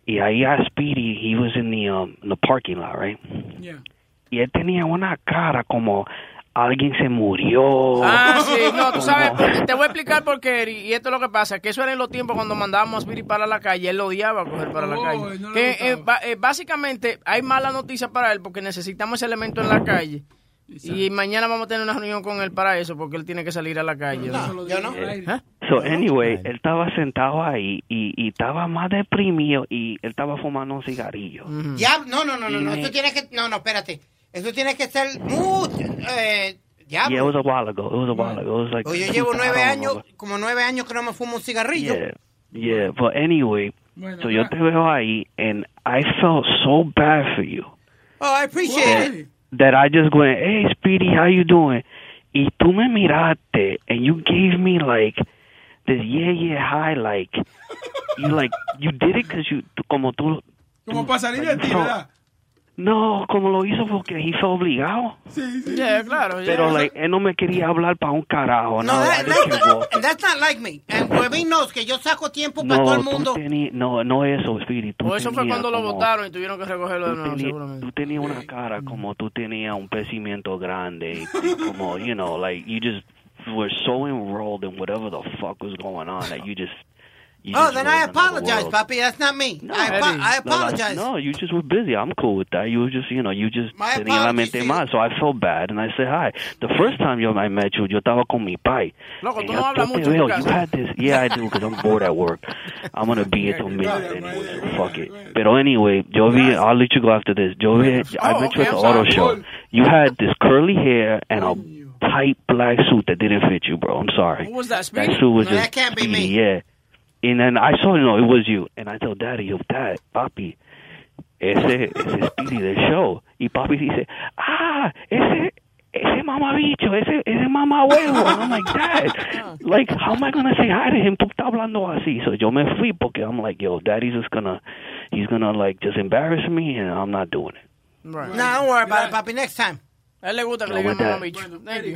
[SPEAKER 13] y ahí a Speedy, he was in the, um, in the parking lot, right? Y él tenía una cara como alguien se murió.
[SPEAKER 7] Ah, sí, no, tú sabes,
[SPEAKER 13] Como-
[SPEAKER 7] te voy a explicar por qué, Eric, y esto es lo que pasa, que eso era en los tiempos cuando mandábamos a Spirit para la calle, él lo odiaba coger para la calle. que eh, ba- eh, básicamente hay mala noticia para él porque necesitamos ese elemento en la calle. Y mañana vamos a tener una reunión con él para eso, porque él tiene que salir a la calle. No, yo no.
[SPEAKER 13] So, anyway, él estaba sentado ahí y, y estaba más deprimido y él estaba fumando un cigarrillo.
[SPEAKER 8] Ya, no, no, no, no, no, eso tiene que, no, no, espérate. Eso tiene que ser muy, eh,
[SPEAKER 13] Yeah, it
[SPEAKER 8] diablo.
[SPEAKER 13] was a while ago. It was a while ago. It was like
[SPEAKER 8] Pues yo llevo
[SPEAKER 13] 2000,
[SPEAKER 8] nueve
[SPEAKER 13] I don't
[SPEAKER 8] años, como nueve años que no me fumo un cigarrillo.
[SPEAKER 13] Yeah, yeah. But anyway, so yo te veo ahí, and I felt so bad for you
[SPEAKER 8] Oh, I appreciate it.
[SPEAKER 13] that I just went, "Hey, Speedy, how you doing?" Y tú me miraste, and you gave me like this yeah yeah high, like you like you did it because you como tú
[SPEAKER 9] Como pasaría de ti, ¿verdad?
[SPEAKER 13] no como lo hizo porque he fue obligado.
[SPEAKER 9] Sí, sí.
[SPEAKER 7] Yeah, claro. yeah.
[SPEAKER 13] Pero like él no me quería hablar para un carajo. No,
[SPEAKER 8] eh,
[SPEAKER 13] I just kept walking.
[SPEAKER 8] And that's not like me. And Webin knows que yo saco tiempo para todo el
[SPEAKER 13] no,
[SPEAKER 8] mundo.
[SPEAKER 13] tú tení- no, no eso, Spirit. tú
[SPEAKER 7] O eso fue
[SPEAKER 13] tenías
[SPEAKER 7] cuando lo
[SPEAKER 13] como-
[SPEAKER 7] votaron y tuvieron que recogerlo de
[SPEAKER 13] Tú,
[SPEAKER 7] nuevo,
[SPEAKER 13] tení-
[SPEAKER 7] seguramente.
[SPEAKER 13] tú tenías una cara como tú tenías un pensamiento grande, y como, you know, like, you just were so enrolled in whatever the fuck was going on that you just... You
[SPEAKER 8] Oh,
[SPEAKER 13] just
[SPEAKER 8] then
[SPEAKER 13] were
[SPEAKER 8] I
[SPEAKER 13] in another
[SPEAKER 8] apologize,
[SPEAKER 13] world.
[SPEAKER 8] papi. That's not me. I, apo-
[SPEAKER 13] Eddie.
[SPEAKER 8] I
[SPEAKER 13] No, that's-
[SPEAKER 8] apologize.
[SPEAKER 13] No, you just were busy. I'm cool with that. You were just, you know, you just
[SPEAKER 8] My
[SPEAKER 13] tenía la mente mal, so I felt bad and I said hi. The first time yo, I met you, yo estaba con mi pai.
[SPEAKER 7] Loco,
[SPEAKER 13] And
[SPEAKER 7] tú
[SPEAKER 13] yo-
[SPEAKER 7] no hablas
[SPEAKER 13] yo te
[SPEAKER 7] mucho en tu
[SPEAKER 13] veo,
[SPEAKER 7] casa.
[SPEAKER 13] you had this. Yeah, I do, because I'm bored at work. I'm going to be here till midnight anyway, so fuck it. Pero anyway, yo vi, I'll let you go after this. Yo vi, I
[SPEAKER 7] Oh,
[SPEAKER 13] met you
[SPEAKER 7] okay,
[SPEAKER 13] at the
[SPEAKER 7] I'm sorry.
[SPEAKER 13] auto show. You had this curly hair and a tight black suit that didn't fit you, bro. I'm sorry.
[SPEAKER 7] Who was that,
[SPEAKER 13] That
[SPEAKER 7] Speedy?
[SPEAKER 13] suit was
[SPEAKER 7] No,
[SPEAKER 13] just
[SPEAKER 7] that can't be
[SPEAKER 13] skinny,
[SPEAKER 7] me.
[SPEAKER 13] Yeah. And then I saw, no, it was you. And I told Daddy, yo, Dad, Papi, ese, ese Speedy del show. Y Papi dice, ah, ese, ese mamabicho, ese, ese mamá huevo. And I'm like, Dad, like, how am I going to say hi to him? Tú estás hablando así. So yo me fui porque I'm like, yo, Daddy's just going to, he's going to, like, just embarrass me and I'm not doing it.
[SPEAKER 8] No, don't worry about it, papi. Next time.
[SPEAKER 7] A él le gusta que
[SPEAKER 13] No,
[SPEAKER 7] le digan
[SPEAKER 13] with that.
[SPEAKER 7] mamá bicho. Thank you.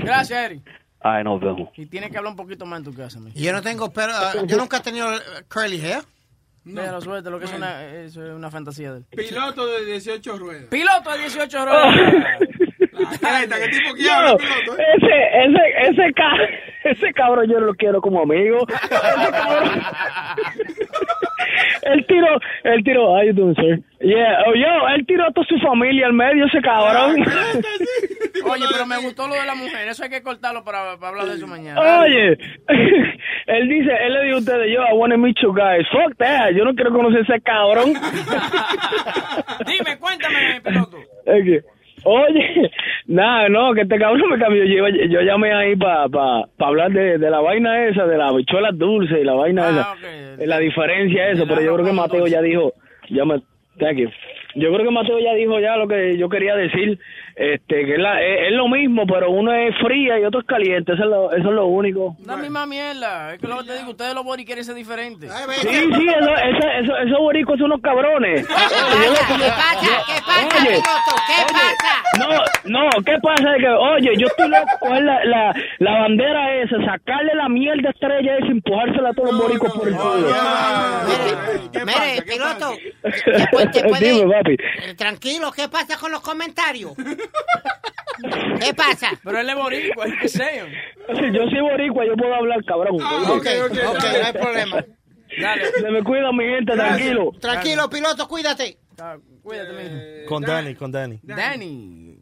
[SPEAKER 7] Gracias, Eric.
[SPEAKER 13] I know, Vemo.
[SPEAKER 7] Y tiene que hablar un poquito más en tu casa, mi.
[SPEAKER 8] Yo no tengo, pero uh, yo nunca he tenido uh, curly hair.
[SPEAKER 7] Déjalo suerte, lo que es una, eso es una fantasía de él.
[SPEAKER 9] Piloto de 18 ruedas.
[SPEAKER 7] Piloto de 18 horas.
[SPEAKER 9] ¿Qué tipo que habla
[SPEAKER 16] Yo,
[SPEAKER 9] piloto? eh?
[SPEAKER 16] ese, ese, ese, ca ese cabrón yo no lo quiero como amigo. Ese cabrón. El tiro, el tiro, how you doing, sir? Yeah, oh, yo, él tiró a toda su familia al medio, ese cabrón.
[SPEAKER 7] Oye, pero me gustó lo de la mujer. Eso hay que cortarlo para, para hablar de eso mañana.
[SPEAKER 16] Oye, él dice, él le dijo a ustedes, yo, I want to meet you guys. Fuck that, yo no quiero conocer ese cabrón.
[SPEAKER 7] Dime, cuéntame, piloto.
[SPEAKER 16] Es que, Oye, nada, no, que este cabrón me cambió. Yo, iba- yo llamé ahí para pa, pa hablar de, de la vaina esa, de la bichuela dulce y la vaina esa. Eh, La diferencia eso, pero yo creo que Mateo ya dijo, ya me, thank you. Yo creo que Mateo ya dijo ya lo que yo quería decir, este, que es, la- es- es lo mismo, pero uno es fría y otro es caliente, eso es lo, eso es lo único.
[SPEAKER 7] La misma mierda. Es que lo que te digo, ustedes los bori quieren ser diferentes.
[SPEAKER 16] Sí, sí, eso, eso, eso, esos boricuas son unos cabrones.
[SPEAKER 7] ¿Qué pasa? ¿Qué pasa,
[SPEAKER 16] Oye.
[SPEAKER 7] piloto? ¿Qué pasa?
[SPEAKER 16] No, no, ¿qué pasa? Es Que, oye, yo estoy loco con coger la, la, la bandera esa, sacarle la mierda estrella esa, y empujársela a todos los boricos por el culo.
[SPEAKER 8] Mire, piloto,
[SPEAKER 16] Dime, papi.
[SPEAKER 8] eh, tranquilo, ¿qué pasa con los comentarios? ¿Qué pasa?
[SPEAKER 7] Pero él es boricua, es que sean.
[SPEAKER 16] Si yo soy boricua, yo puedo hablar, cabrón.
[SPEAKER 7] Ah.
[SPEAKER 8] ok, ok, no hay problema.
[SPEAKER 16] Se me cuida mi gente, tranquilo.
[SPEAKER 8] Tranquilo, piloto, cuídate.
[SPEAKER 7] Ah, Cuídate, mijo.
[SPEAKER 17] Con Dani, con Dani.
[SPEAKER 7] Danny.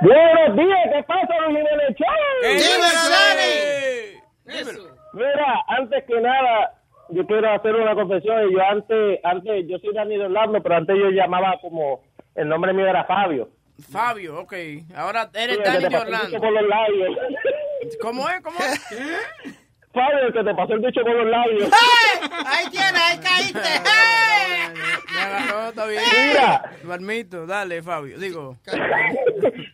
[SPEAKER 16] Buenos días, ¿qué pasa, los niveles Mira, antes que nada, yo quiero hacer una confesión. Yo antes, antes, yo soy Dani del Orlando, pero antes yo llamaba como, el nombre mío era Fabio.
[SPEAKER 7] Fabio, ok. Ahora eres
[SPEAKER 16] Sí, que
[SPEAKER 7] Danny
[SPEAKER 16] te
[SPEAKER 7] de
[SPEAKER 16] pasó el bicho
[SPEAKER 7] Orlando.
[SPEAKER 16] con los labios.
[SPEAKER 7] ¿Cómo es? ¿Cómo es?
[SPEAKER 16] Fabio, el que te pasó el bicho con los labios.
[SPEAKER 8] Ahí tienes, ahí caíste.
[SPEAKER 7] Me agarró, está bien.
[SPEAKER 16] Mira.
[SPEAKER 7] Lo admito, dale, Fabio. Digo,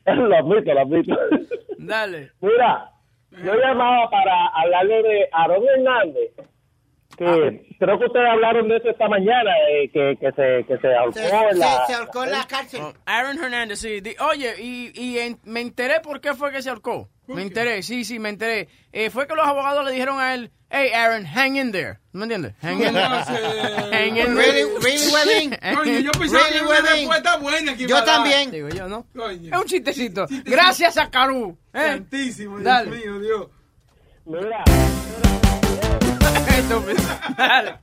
[SPEAKER 16] lo admito, lo admito.
[SPEAKER 7] dale.
[SPEAKER 16] Mira, yo llamaba para hablarle de Aarón Hernández. Que creo que ustedes hablaron de eso esta mañana, eh, que, que se, que se ahorcó en la...
[SPEAKER 8] ahorcó en la
[SPEAKER 9] Eh.
[SPEAKER 8] cárcel.
[SPEAKER 7] Oh, Aaron Hernández, sí. Di- oye, y, y en- me enteré por qué fue que se ahorcó. Me enteré, sí, sí, me enteré. Eh, fue que los abogados le dijeron a él, hey, Aaron, hang in there. ¿Me entiendes? Hang in there. hang in there.
[SPEAKER 8] Really, really, Webin?
[SPEAKER 9] Coño, yo pensaba
[SPEAKER 8] Really,
[SPEAKER 9] que era una
[SPEAKER 8] Webin?
[SPEAKER 9] respuesta buena que
[SPEAKER 8] Yo
[SPEAKER 9] iba a dar.
[SPEAKER 8] también.
[SPEAKER 7] Digo yo, ¿no?
[SPEAKER 9] Coño.
[SPEAKER 7] Es un chistecito. Gracias a Caru. ¿eh?
[SPEAKER 9] Santísimo, Dios
[SPEAKER 7] Dale.
[SPEAKER 9] mío, Dios.
[SPEAKER 16] Mira.
[SPEAKER 7] Estúpido. Dale,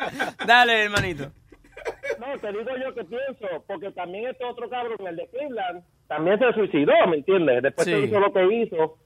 [SPEAKER 7] dale, hermanito.
[SPEAKER 16] No, te digo yo que pienso, porque también este otro cabrón, el de Cleveland, también se suicidó, ¿me entiendes? Después
[SPEAKER 7] Sí.
[SPEAKER 16] que hizo lo que hizo.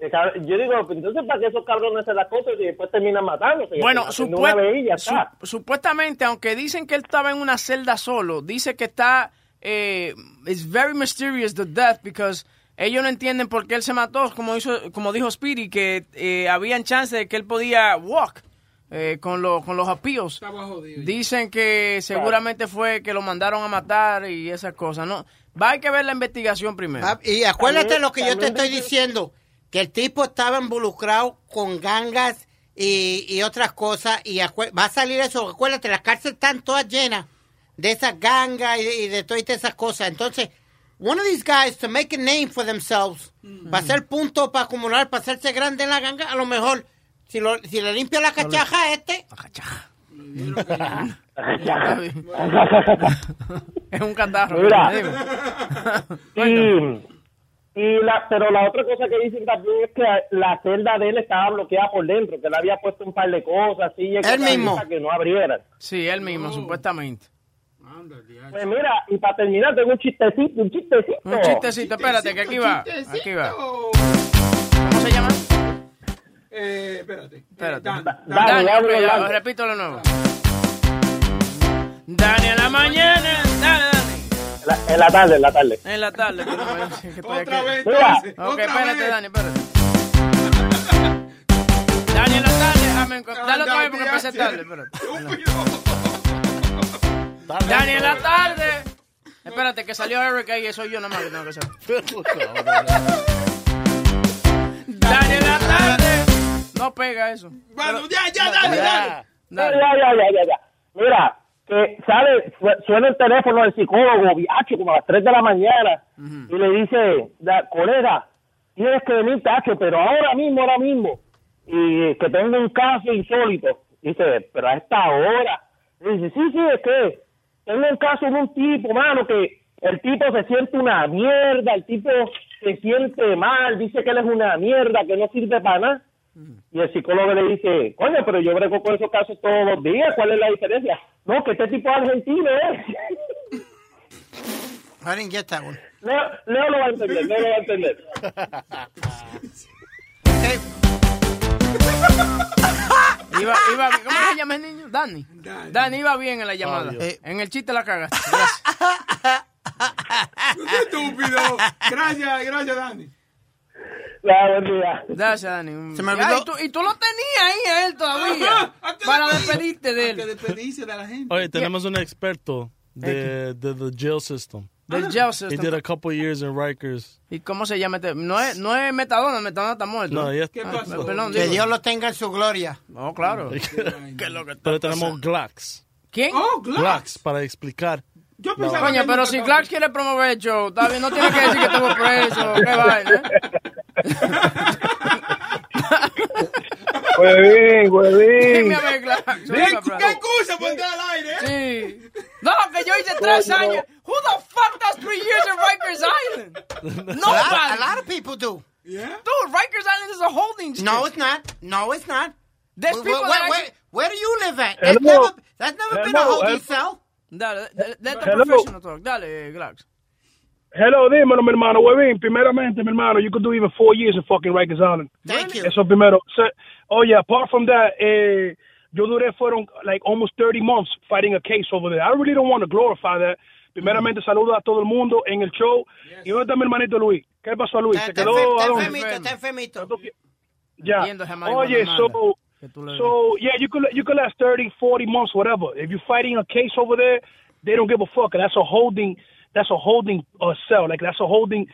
[SPEAKER 16] el cab- Yo digo, pues, entonces, ¿para qué esos cabrones hacen las cosas y después terminan matándose?
[SPEAKER 7] Bueno,
[SPEAKER 16] Haciendo
[SPEAKER 7] supue-
[SPEAKER 16] una vez y ya está.
[SPEAKER 7] su- supuestamente, aunque dicen que él estaba en una celda solo, dice que está. Eh, it's very mysterious the death because ellos no entienden por qué él se mató, como hizo, como dijo Speedy, que eh, habían chance de que él podía walk eh, con, lo- con los apíos.
[SPEAKER 9] Estaba jodido.
[SPEAKER 7] Dicen que seguramente fue que lo mandaron a matar y
[SPEAKER 8] Ah,
[SPEAKER 7] esas cosas, ¿no? Va a hay que ver la investigación primero.
[SPEAKER 8] Y acuérdate lo que yo te estoy diciendo. que el tipo estaba involucrado con gangas y, y otras cosas. Y acué- va a salir eso. Acuérdate, las cárceles están todas llenas de esas gangas y, de- y de todas esas cosas. Entonces, one of these guys to make a name for themselves, para hacer punto, para acumular, para hacerse grande en la ganga, a lo mejor, si, lo- si le limpio la cachaja a este.
[SPEAKER 7] Es un catarro.
[SPEAKER 13] Mira.
[SPEAKER 7] dime.
[SPEAKER 13] Y, y la, pero la otra cosa que dicen también es que la celda de él estaba bloqueada por dentro, que le había puesto un par de cosas, así
[SPEAKER 7] Él mismo.
[SPEAKER 13] para que no abrieran.
[SPEAKER 7] Sí, él mismo, supuestamente.
[SPEAKER 13] Pues mira, y para terminar, tengo un chistecito, un chistecito.
[SPEAKER 7] Un chistecito, espérate, que aquí va. Aquí va.
[SPEAKER 9] Eh, espérate.
[SPEAKER 7] Espérate.
[SPEAKER 9] Dan,
[SPEAKER 7] Da-
[SPEAKER 9] Dan. Dani,
[SPEAKER 7] Dani, ok,
[SPEAKER 9] Dani,
[SPEAKER 7] ya,
[SPEAKER 9] Dani.
[SPEAKER 7] repítelo nuevo. Dani en la mañana, dale, Dani.
[SPEAKER 13] En la tarde, en la tarde.
[SPEAKER 7] En la tarde. pero no, es que estoy
[SPEAKER 9] Otra
[SPEAKER 7] aquí.
[SPEAKER 9] vez,
[SPEAKER 13] Mira.
[SPEAKER 9] entonces.
[SPEAKER 7] Ok,
[SPEAKER 9] Otra
[SPEAKER 7] espérate,
[SPEAKER 9] vez.
[SPEAKER 7] Dani, espérate. Dani en la tarde, amén. con- Dale otra vez porque empecé tarde, espérate. Dani en la tarde. Espérate, que salió Eric ahí, soy yo nomás que tengo que hacer. Dani en la tarde. No pega eso.
[SPEAKER 9] Bueno, ya, ya, dale, dale.
[SPEAKER 13] Ya, ya, ya, ya, ya. Mira, que sale, su- suena el teléfono del psicólogo, viacho, como a las 3 de la mañana, y le dice, "Da- colega, tienes que venir, tacho, pero ahora mismo, ahora mismo, y eh, que tengo un caso insólito. Dice, pero a esta hora. Y dice, sí, sí, es que tengo un caso de un tipo, mano, que el tipo se siente una mierda, el tipo se siente mal, dice que él es una mierda, que no sirve para nada. Y el psicólogo le dice, coño, pero yo brego con esos casos todos los días, ¿cuál es la diferencia? No, que este tipo es argentino ¿eh?
[SPEAKER 8] I didn't get that one.
[SPEAKER 13] Leo, Leo lo va a entender, Leo lo va a entender.
[SPEAKER 7] Iba, iba, ¿Cómo se llama el niño? Dani. Dani, iba bien en la llamada.
[SPEAKER 9] Dios.
[SPEAKER 7] Eh, en el chiste la cagaste.
[SPEAKER 9] Estúpido. Gracias, gracias, Dani.
[SPEAKER 7] Gracias, Dani. Un-
[SPEAKER 9] Se me olvidó.
[SPEAKER 7] Ay, tú- y tú lo tenías ahí a él todavía.
[SPEAKER 9] Ajá, ¿a qué
[SPEAKER 7] para
[SPEAKER 9] despedir?
[SPEAKER 7] despedirte de él.
[SPEAKER 9] Despediste de la gente.
[SPEAKER 18] Oye, tenemos un experto de, de the jail system.
[SPEAKER 7] Del jail
[SPEAKER 18] He
[SPEAKER 7] system.
[SPEAKER 18] did a couple years in Rikers.
[SPEAKER 7] ¿Y cómo se llama? este? No es, no es Metadona, Metadona está muerto.
[SPEAKER 18] No, ya-
[SPEAKER 7] Ah,
[SPEAKER 18] ¿Qué pasó?
[SPEAKER 7] perdón,
[SPEAKER 18] Que
[SPEAKER 7] digo.
[SPEAKER 18] Dios
[SPEAKER 8] lo tenga en su gloria.
[SPEAKER 7] No, claro.
[SPEAKER 18] Pero tenemos Glax.
[SPEAKER 7] ¿Quién?
[SPEAKER 9] Oh,
[SPEAKER 18] Glax, para explicar. Yo
[SPEAKER 7] Coño, pero si Clark quiere promover el show, está bien, no tiene que decir que estuvo preso, qué vaina.
[SPEAKER 13] Huevín,
[SPEAKER 7] Dime
[SPEAKER 13] huevín.
[SPEAKER 7] a ver, Clark.
[SPEAKER 9] Ven, ¿Qué excusa por estar al aire? eh?
[SPEAKER 7] Sí. No, que yo hice tres
[SPEAKER 9] Coño.
[SPEAKER 7] años. Who the fuck does three years in Rikers Island?
[SPEAKER 8] A
[SPEAKER 7] Nobody.
[SPEAKER 8] lot, a lot of people do.
[SPEAKER 7] Dude, Rikers Island is a holding.
[SPEAKER 8] No, it's not. No, it's not.
[SPEAKER 7] There's
[SPEAKER 8] Where-
[SPEAKER 7] people
[SPEAKER 8] where,
[SPEAKER 7] that
[SPEAKER 8] where-
[SPEAKER 7] actually-
[SPEAKER 8] where do you live at?
[SPEAKER 7] Hello.
[SPEAKER 8] That's never, that's never been a
[SPEAKER 13] Hello,
[SPEAKER 8] holding
[SPEAKER 13] hello.
[SPEAKER 8] cell.
[SPEAKER 7] Dale, dale, dale tu
[SPEAKER 13] Hello.
[SPEAKER 7] este professional talk. Dale, Glax.
[SPEAKER 12] Hello, dímelo, mi hermano. Huevín, primeramente, mi hermano, you could do even four years in fucking Rikers Island.
[SPEAKER 8] Thank you.
[SPEAKER 12] Eso primero. Se- oye, apart from that, eh, yo duré fueron like almost 30 months fighting a case over there. I really don't want to glorify that. Primeramente,
[SPEAKER 8] Mm-hmm.
[SPEAKER 12] saludo a todo el mundo en el show. ¿Y dónde está mi hermanito Luis? ¿Qué pasó a Luis? ¿Se quedó? ¿A dónde?
[SPEAKER 8] Está enfermito.
[SPEAKER 12] Ya.
[SPEAKER 8] Entiendo, Jamaica,
[SPEAKER 12] Oye,
[SPEAKER 8] no
[SPEAKER 12] so,
[SPEAKER 8] le-
[SPEAKER 12] so yeah, you could you could last 30, 40 months, whatever. If you're fighting a case over there, they don't give a fuck. That's a holding. That's a holding uh, cell. Like that's a holding.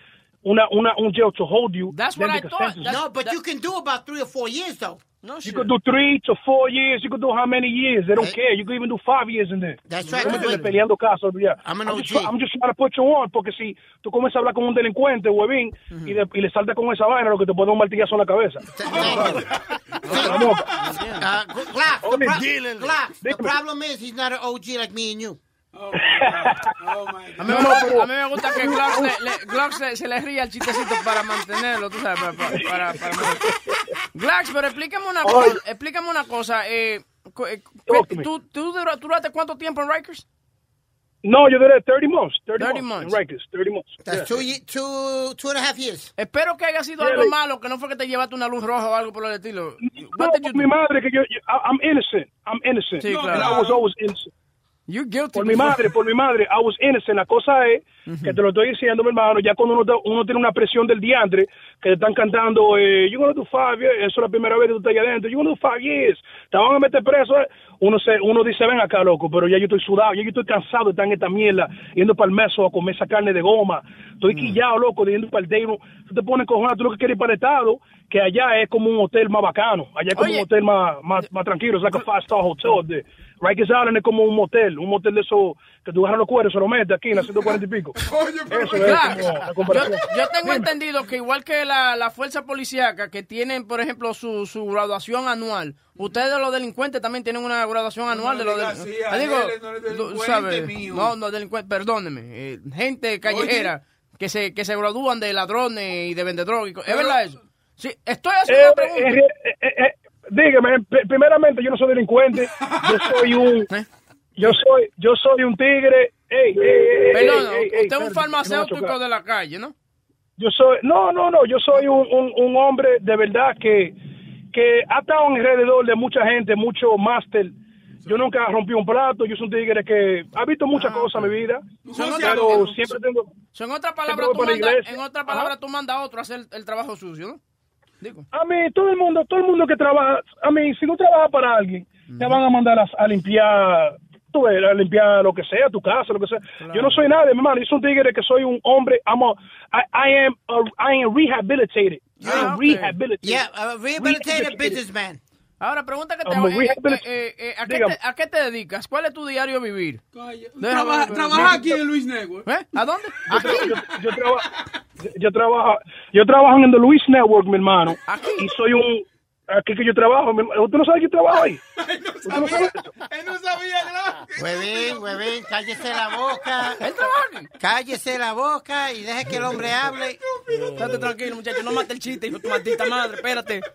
[SPEAKER 12] Una una un jail to hold you. That's
[SPEAKER 8] No, but you can do about three or four years, though.
[SPEAKER 7] No,
[SPEAKER 12] you could do three to four years. You could do how many years? They don't care. You could even do five years in there.
[SPEAKER 8] That's right.
[SPEAKER 12] Yo me estoy peleando casos, yeah.
[SPEAKER 8] I'm an
[SPEAKER 12] I'm just,
[SPEAKER 8] OG.
[SPEAKER 12] I'm just trying to put you on, porque si tú comienzas a hablar con un delincuente, huevín,
[SPEAKER 8] Mm-hmm.
[SPEAKER 12] y, le- y le saltas con esa vaina, lo que te pone un martillazo en la cabeza. Vamos.
[SPEAKER 8] Uh, Glax, the,
[SPEAKER 12] Only
[SPEAKER 8] pro-
[SPEAKER 12] dealing.
[SPEAKER 8] Glax, the problem is he's not an OG like me and you.
[SPEAKER 9] Oh,
[SPEAKER 7] A mí, me gusta, a mí me gusta que Glax, le- le- Glax se, se le ría el chistecito para mantenerlo, tú sabes, para... para, para- para- Glax, pero explícame una, co-
[SPEAKER 12] Oye.
[SPEAKER 7] explícame una cosa. Eh, co- eh,
[SPEAKER 12] Talk to me.
[SPEAKER 7] ¿tú, tú dura- tú duraste cuánto tiempo en Rikers?
[SPEAKER 12] No, yo duré 30 months. 30,
[SPEAKER 7] 30
[SPEAKER 12] months.
[SPEAKER 7] months.
[SPEAKER 12] in Rikers, 30 months.
[SPEAKER 8] That's two, ye- two, two and a half years.
[SPEAKER 7] Espero que haya sido
[SPEAKER 12] Yeah,
[SPEAKER 7] algo
[SPEAKER 12] like-
[SPEAKER 7] malo, que no fue que te llevaste una luz roja o algo por el estilo.
[SPEAKER 12] No, mi madre, que yo, yo- I- I'm innocent. I'm innocent.
[SPEAKER 7] Sí,
[SPEAKER 12] And
[SPEAKER 7] claro.
[SPEAKER 12] I was always innocent. Por mi madre, por mi madre. I was innocent. La cosa es que te lo estoy diciendo, mi hermano, ya cuando uno, da- uno tiene una presión del diantre, que te están cantando, eh, you're gonna do five years, eso es la primera vez que tú estás allá adentro, you're gonna do five years, te van a meter preso. eh. Uno se, uno dice, ven acá, loco, pero ya yo estoy sudado, ya yo estoy cansado de estar en esta mierda, yendo para el meso a comer esa carne de goma. Estoy quillado, loco, de yendo para el Deiro. Tú te pones cojonado, tú lo que quieres ir para el Estado, que allá es como un hotel más bacano, allá es como un hotel más, más, más tranquilo, es like a five-star hotel. de- Rikers Island es como un motel, un motel de esos que tú agarras los cueros, se lo metes aquí en la 140 y pico. Eso es
[SPEAKER 7] Claro.
[SPEAKER 12] como la
[SPEAKER 7] Yo,
[SPEAKER 12] comparación.
[SPEAKER 7] yo tengo entendido que igual que la, la fuerza policíaca que tienen, por ejemplo, su, su graduación anual, ustedes los delincuentes también tienen una graduación anual de los
[SPEAKER 9] digas
[SPEAKER 7] delincuentes.
[SPEAKER 9] así,
[SPEAKER 7] Ah, digo,
[SPEAKER 9] Ariel, no eres
[SPEAKER 7] tú
[SPEAKER 9] delincuente,
[SPEAKER 7] sabes,
[SPEAKER 9] mijo.
[SPEAKER 7] No, no delincuentes, perdóneme. eh, gente callejera que se que se gradúan de ladrones y de vendedrogas. y co- ¿Es verdad eso? Sí, estoy haciendo
[SPEAKER 12] Eh,
[SPEAKER 7] una pregunta.
[SPEAKER 12] eh, eh, eh, eh, dígame, pr- primeramente yo no soy delincuente, yo soy un,
[SPEAKER 7] ¿Eh?
[SPEAKER 12] yo soy, yo soy un tigre. Ey, ey, ey, ey,
[SPEAKER 7] Perdón,
[SPEAKER 12] ey, ey, ey,
[SPEAKER 7] usted es un
[SPEAKER 12] espérate, que me va a
[SPEAKER 7] farmacéutico
[SPEAKER 12] chocar.
[SPEAKER 7] de la calle, ¿no?
[SPEAKER 12] Yo soy, no, no, no, yo soy un, un, un hombre de verdad que, que ha estado alrededor de mucha gente, mucho máster. Yo nunca rompí un plato, yo soy un tigre que ha visto
[SPEAKER 7] Ah,
[SPEAKER 12] muchas cosas en mi vida, pero siempre tengo...
[SPEAKER 7] So, en otras
[SPEAKER 12] Siempre
[SPEAKER 7] palabras,
[SPEAKER 12] voy
[SPEAKER 7] tú
[SPEAKER 12] por la
[SPEAKER 7] mandas-
[SPEAKER 12] iglesia.
[SPEAKER 7] en otras palabras, tú mandas a otro a hacer el, el trabajo sucio, ¿no?
[SPEAKER 12] A mí, todo el mundo, todo el mundo que trabaja, a mí, si no trabajas para alguien, te van a mandar a, a limpiar, tú ves, a limpiar lo que sea, tu casa, lo que sea. Yo no soy nadie, mi hermano, yo soy un tigre que soy un hombre, I'm a, I, I am, a- I am rehabilitated. I
[SPEAKER 7] Ah,
[SPEAKER 12] am rehabilitated.
[SPEAKER 8] Yeah, a rehabilitated businessman.
[SPEAKER 7] Ahora, pregunta que te
[SPEAKER 12] I'm a
[SPEAKER 7] hago, eh,
[SPEAKER 12] rehabilit-
[SPEAKER 7] eh, eh, eh, ¿a, qué
[SPEAKER 12] Dígame.
[SPEAKER 7] te, a qué te dedicas? ¿Cuál es tu diario vivir? Déjame
[SPEAKER 9] Trabaja,
[SPEAKER 7] ver.
[SPEAKER 9] trabaja aquí en Luis Network.
[SPEAKER 7] ¿Eh? ¿A dónde?
[SPEAKER 12] Yo, yo trabajo, yo trabajo, yo trabajo en The Luis Network, mi hermano, y soy un, aquí que yo trabajo, mi hermano. usted no sabe que yo trabajo ahí.
[SPEAKER 8] Él no sabía nada. Huevín, huevín, cállese la boca. Cállese la boca y deje que el hombre hable.
[SPEAKER 7] Estate tranquilo, muchacho, no mate el chiste, hijo de tu maldita madre, espérate.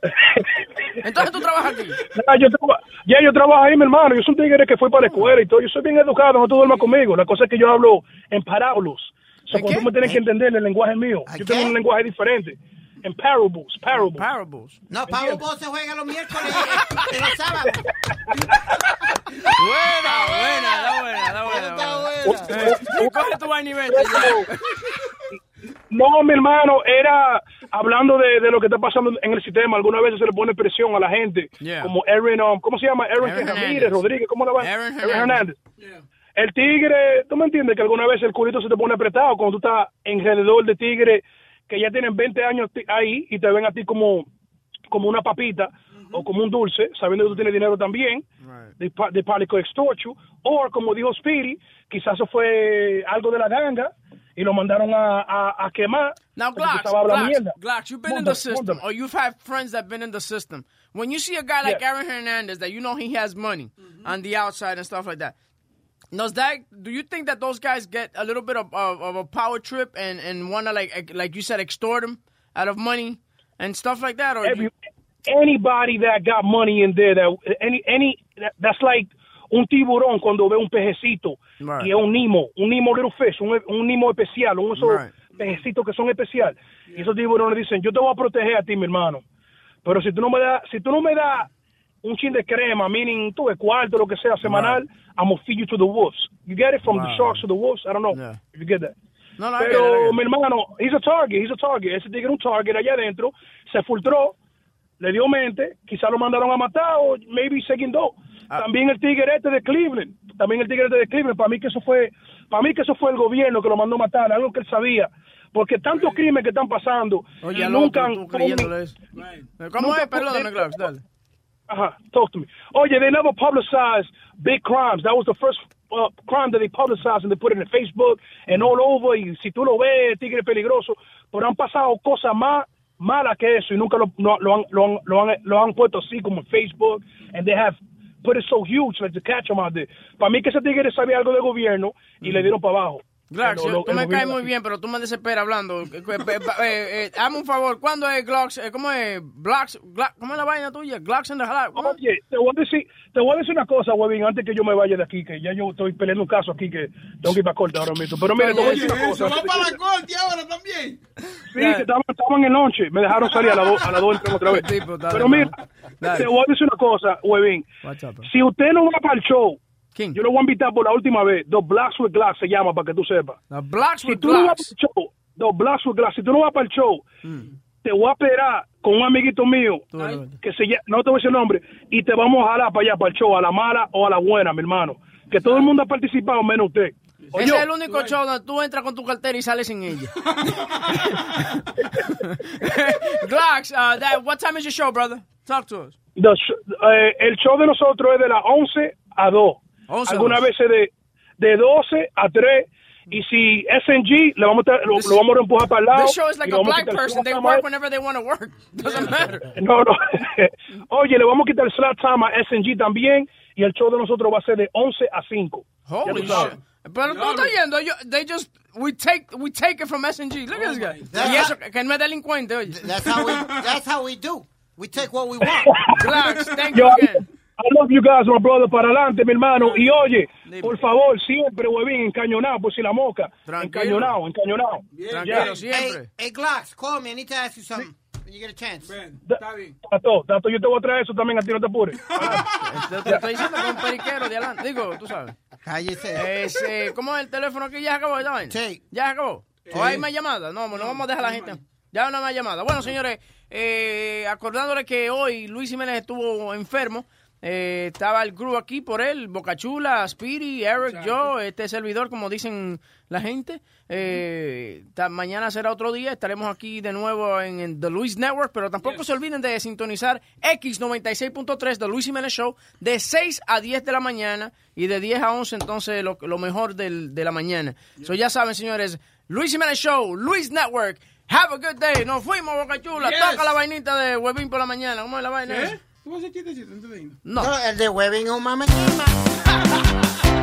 [SPEAKER 7] Entonces tú trabajas aquí.
[SPEAKER 12] Ya yo, traba- ya yo trabajo ahí, mi hermano. Yo soy un tigre que fue para la escuela y todo. Yo soy bien educado, no tú duermas conmigo. La cosa es que yo hablo en parábolas. O sea, cuando tú me tienes que entender el lenguaje mío. Yo tengo un lenguaje diferente. En parables, parables.
[SPEAKER 7] Parables.
[SPEAKER 8] No, Pablo Boss se juega los miércoles y los sábados.
[SPEAKER 7] Buena, buena, da buena, da buena. Está buena. Coge tu vaina y vete.
[SPEAKER 12] No, mi hermano, era hablando de, de lo que está pasando en el sistema. Algunas veces se le pone presión a la gente.
[SPEAKER 19] Yeah.
[SPEAKER 12] Como Aaron, um, ¿cómo se llama? Aaron,
[SPEAKER 19] Aaron
[SPEAKER 12] Ramírez,
[SPEAKER 19] Hernández.
[SPEAKER 12] Rodríguez, ¿cómo la va?
[SPEAKER 19] Aaron
[SPEAKER 12] Hernández. El tigre, ¿tú me entiendes? Que alguna vez el culito se te pone apretado cuando tú estás alrededor de tigre que ya tienen 20 años ti- ahí y te ven a ti como, como una papita o como un dulce, sabiendo que tú tienes dinero también de, pa- de Pálico Extorcho, o como dijo Speedy, quizás eso fue algo de la ganga y lo mandaron a, a, a quemar.
[SPEAKER 7] Now,
[SPEAKER 12] porque
[SPEAKER 7] Glax,
[SPEAKER 12] estaba hablando
[SPEAKER 7] Glax,
[SPEAKER 12] mierda.
[SPEAKER 7] Glax, you've been in
[SPEAKER 12] Munda,
[SPEAKER 7] the system,
[SPEAKER 12] munda.
[SPEAKER 7] or you've had friends that've been in the system. When you see a guy like
[SPEAKER 12] Yeah.
[SPEAKER 7] Aaron Hernandez that you know he has money on the outside and stuff like that, does that? Do you think that those guys get a little bit of, of, of a power trip and and want to like ex- like you said extort him out of money and stuff like that? Or
[SPEAKER 12] Every- anybody that got money in there, that any any that- that's like un tiburón cuando ve un pejecito y es un nimo, un nimo little fish, un, un nimo especial, un esos
[SPEAKER 19] Right.
[SPEAKER 12] pejecitos que son especial. Y esos tiburones dicen, yo te voy a proteger a ti, mi hermano, pero si tú no me das, si tú no me das un chin de crema, meaning tú de cuarto, lo que sea, semanal, I'm gonna feed you to the wolves. You get it from the
[SPEAKER 7] Wow.
[SPEAKER 12] sharks to the wolves. I don't know if you get that.
[SPEAKER 7] No, no, I get it, I
[SPEAKER 12] Pero
[SPEAKER 7] get it.
[SPEAKER 12] mi hermano, he's a target, he's a target. Ese tigre era un target allá adentro, se filtró, le dio mente, quizá lo mandaron a matar o maybe se guindó. También el tigre este de Cleveland, también el tigre este de Cleveland, para mí que eso fue, para mí que eso fue el gobierno que lo mandó a matar, algo que él sabía. Porque tantos crímenes que están pasando
[SPEAKER 7] Oye,
[SPEAKER 12] y
[SPEAKER 7] loco,
[SPEAKER 12] nunca
[SPEAKER 7] tú
[SPEAKER 12] han...
[SPEAKER 7] creyéndole eso. ¿Cómo
[SPEAKER 12] Nunca-
[SPEAKER 7] es? Perdóname, Glax, dale.
[SPEAKER 12] Ajá, talk to me. Oye, they never publicized big crimes. That was the first uh, crime that they publicized and they put it in Facebook and all over. Y si tú lo ves, tigre peligroso. Pero han pasado cosas más malas que eso y nunca lo, no- lo, han, lo, han, lo, han, lo han puesto así como en Facebook. And they have put it so huge, like to catch them out there. Para mí que ese tigre sabía algo de gobierno y le dieron para abajo.
[SPEAKER 7] Glax,
[SPEAKER 12] Lo-
[SPEAKER 7] yo-
[SPEAKER 12] lo-
[SPEAKER 7] tú
[SPEAKER 12] el
[SPEAKER 7] me caes
[SPEAKER 12] gobierno
[SPEAKER 7] muy
[SPEAKER 12] así.
[SPEAKER 7] bien, pero tú me desesperas hablando. Eh, eh, eh, eh, Hazme un favor, ¿cuándo es Glax? eh, ¿Cómo es? Blax, Gla- ¿Cómo es la vaina tuya? Glax en the Halak. ¿cómo es?
[SPEAKER 12] Oye, te voy a decir, te voy a decir una cosa, huevín, antes que yo me vaya de aquí, que ya yo estoy peleando un caso aquí que tengo que ir para corte ahora mismo. Pero mira, te voy a decir una
[SPEAKER 9] Oye,
[SPEAKER 12] cosa.
[SPEAKER 9] se va para la corte ahora también.
[SPEAKER 12] Sí, que estaban, estaban en noche, me dejaron salir a las do- a las dos otra vez.
[SPEAKER 9] Tipo, dale,
[SPEAKER 12] Pero mira,
[SPEAKER 9] dale.
[SPEAKER 12] te voy a decir una cosa, huevín.
[SPEAKER 7] What's up, bro?
[SPEAKER 12] Si usted no va para el show Yo lo voy a invitar por la última vez. The Blacks with Glass se llama, para que tú sepas.
[SPEAKER 7] The Blacks Mm.
[SPEAKER 12] with tú No vas para el show, The Blacks with Glass. Si tú no vas para el show, te voy a pegar con un amiguito mío que se llama, no te voy a decir el nombre, y te vamos a jalar para allá, para el show, a la mala o a la buena, mi hermano. Que todo el mundo ha participado, menos usted. Oye,
[SPEAKER 7] Ese es el único show donde tú entras con tu cartera y sales sin ella. Glax, uh, that- what time is your show, brother? Talk to us.
[SPEAKER 12] the sh- eh, el show de nosotros es de las 11 a 2.
[SPEAKER 7] 11 a
[SPEAKER 12] Algunas
[SPEAKER 7] 2.
[SPEAKER 12] veces de, de 12 a 3. Y si SNG, le vamos a, tra- lo, lo vamos a empujar para el lado.
[SPEAKER 7] This show is like
[SPEAKER 12] Ah, y
[SPEAKER 7] a
[SPEAKER 12] le vamos
[SPEAKER 7] black
[SPEAKER 12] quitar el
[SPEAKER 7] person. They
[SPEAKER 12] slot time a-
[SPEAKER 7] work whenever they want to work. Doesn't matter.
[SPEAKER 12] No, no. Oye, le vamos a quitar el slot time a SNG también. Y el show de nosotros va a ser de 11 a 5. Ya
[SPEAKER 7] Holy
[SPEAKER 12] tú sabes.
[SPEAKER 7] shit. Pero tú estás yendo, yo- they just, we take, we take it from SNG. Look at this guy. Y eso, que no es delincuente, oye.
[SPEAKER 8] That's how we, that's how we do. We take what we want.
[SPEAKER 7] Glax, thank
[SPEAKER 12] Yo,
[SPEAKER 7] you again.
[SPEAKER 12] I love you guys, my brother. Para adelante, mi hermano. Y oye, por favor, siempre, huevín, encañonado, por si la moca. Encañonado, encañonado. Ya.
[SPEAKER 8] Hey, hey, Glax, call me. I need to ask you something. When you get a chance.
[SPEAKER 12] Tato, Tato, yo te voy a traer eso también, a ti no te apures.
[SPEAKER 7] Te, te estoy diciendo que un periquero de adelante. Digo, tú sabes. Cállese. ¿Cómo es el teléfono que ya se acabó esta vaina? Sí. ¿Ya se acabó? ¿O hay más llamadas? No, no vamos a dejar a la gente. Ya una más llamada. Bueno, señores, eh, acordándole que hoy Luis Jiménez estuvo enfermo. eh, estaba el crew aquí por él, Bocachula, Speedy, Eric, yo, este servidor, como dicen la gente. Eh, ta- mañana será otro día, estaremos aquí de nuevo en, en The Luis Network, pero tampoco se olviden de sintonizar X96.3 The Luis Jiménez Show de 6 a 10 de la mañana y de 10 a 11 entonces lo, lo mejor del- de la mañana. So, ya saben, señores, Luis Jiménez Show, Luis Network, have a good day. Nos fuimos, Bocachula.
[SPEAKER 9] Yes.
[SPEAKER 7] Toca la vainita de Webin por la mañana. ¿Cómo es la vaina?
[SPEAKER 9] ¿Qué? Ah.
[SPEAKER 7] esa?
[SPEAKER 9] ¿Tú vas a hacer chistecito antes de irnos?
[SPEAKER 7] No.
[SPEAKER 8] el de Webbing un mama chima.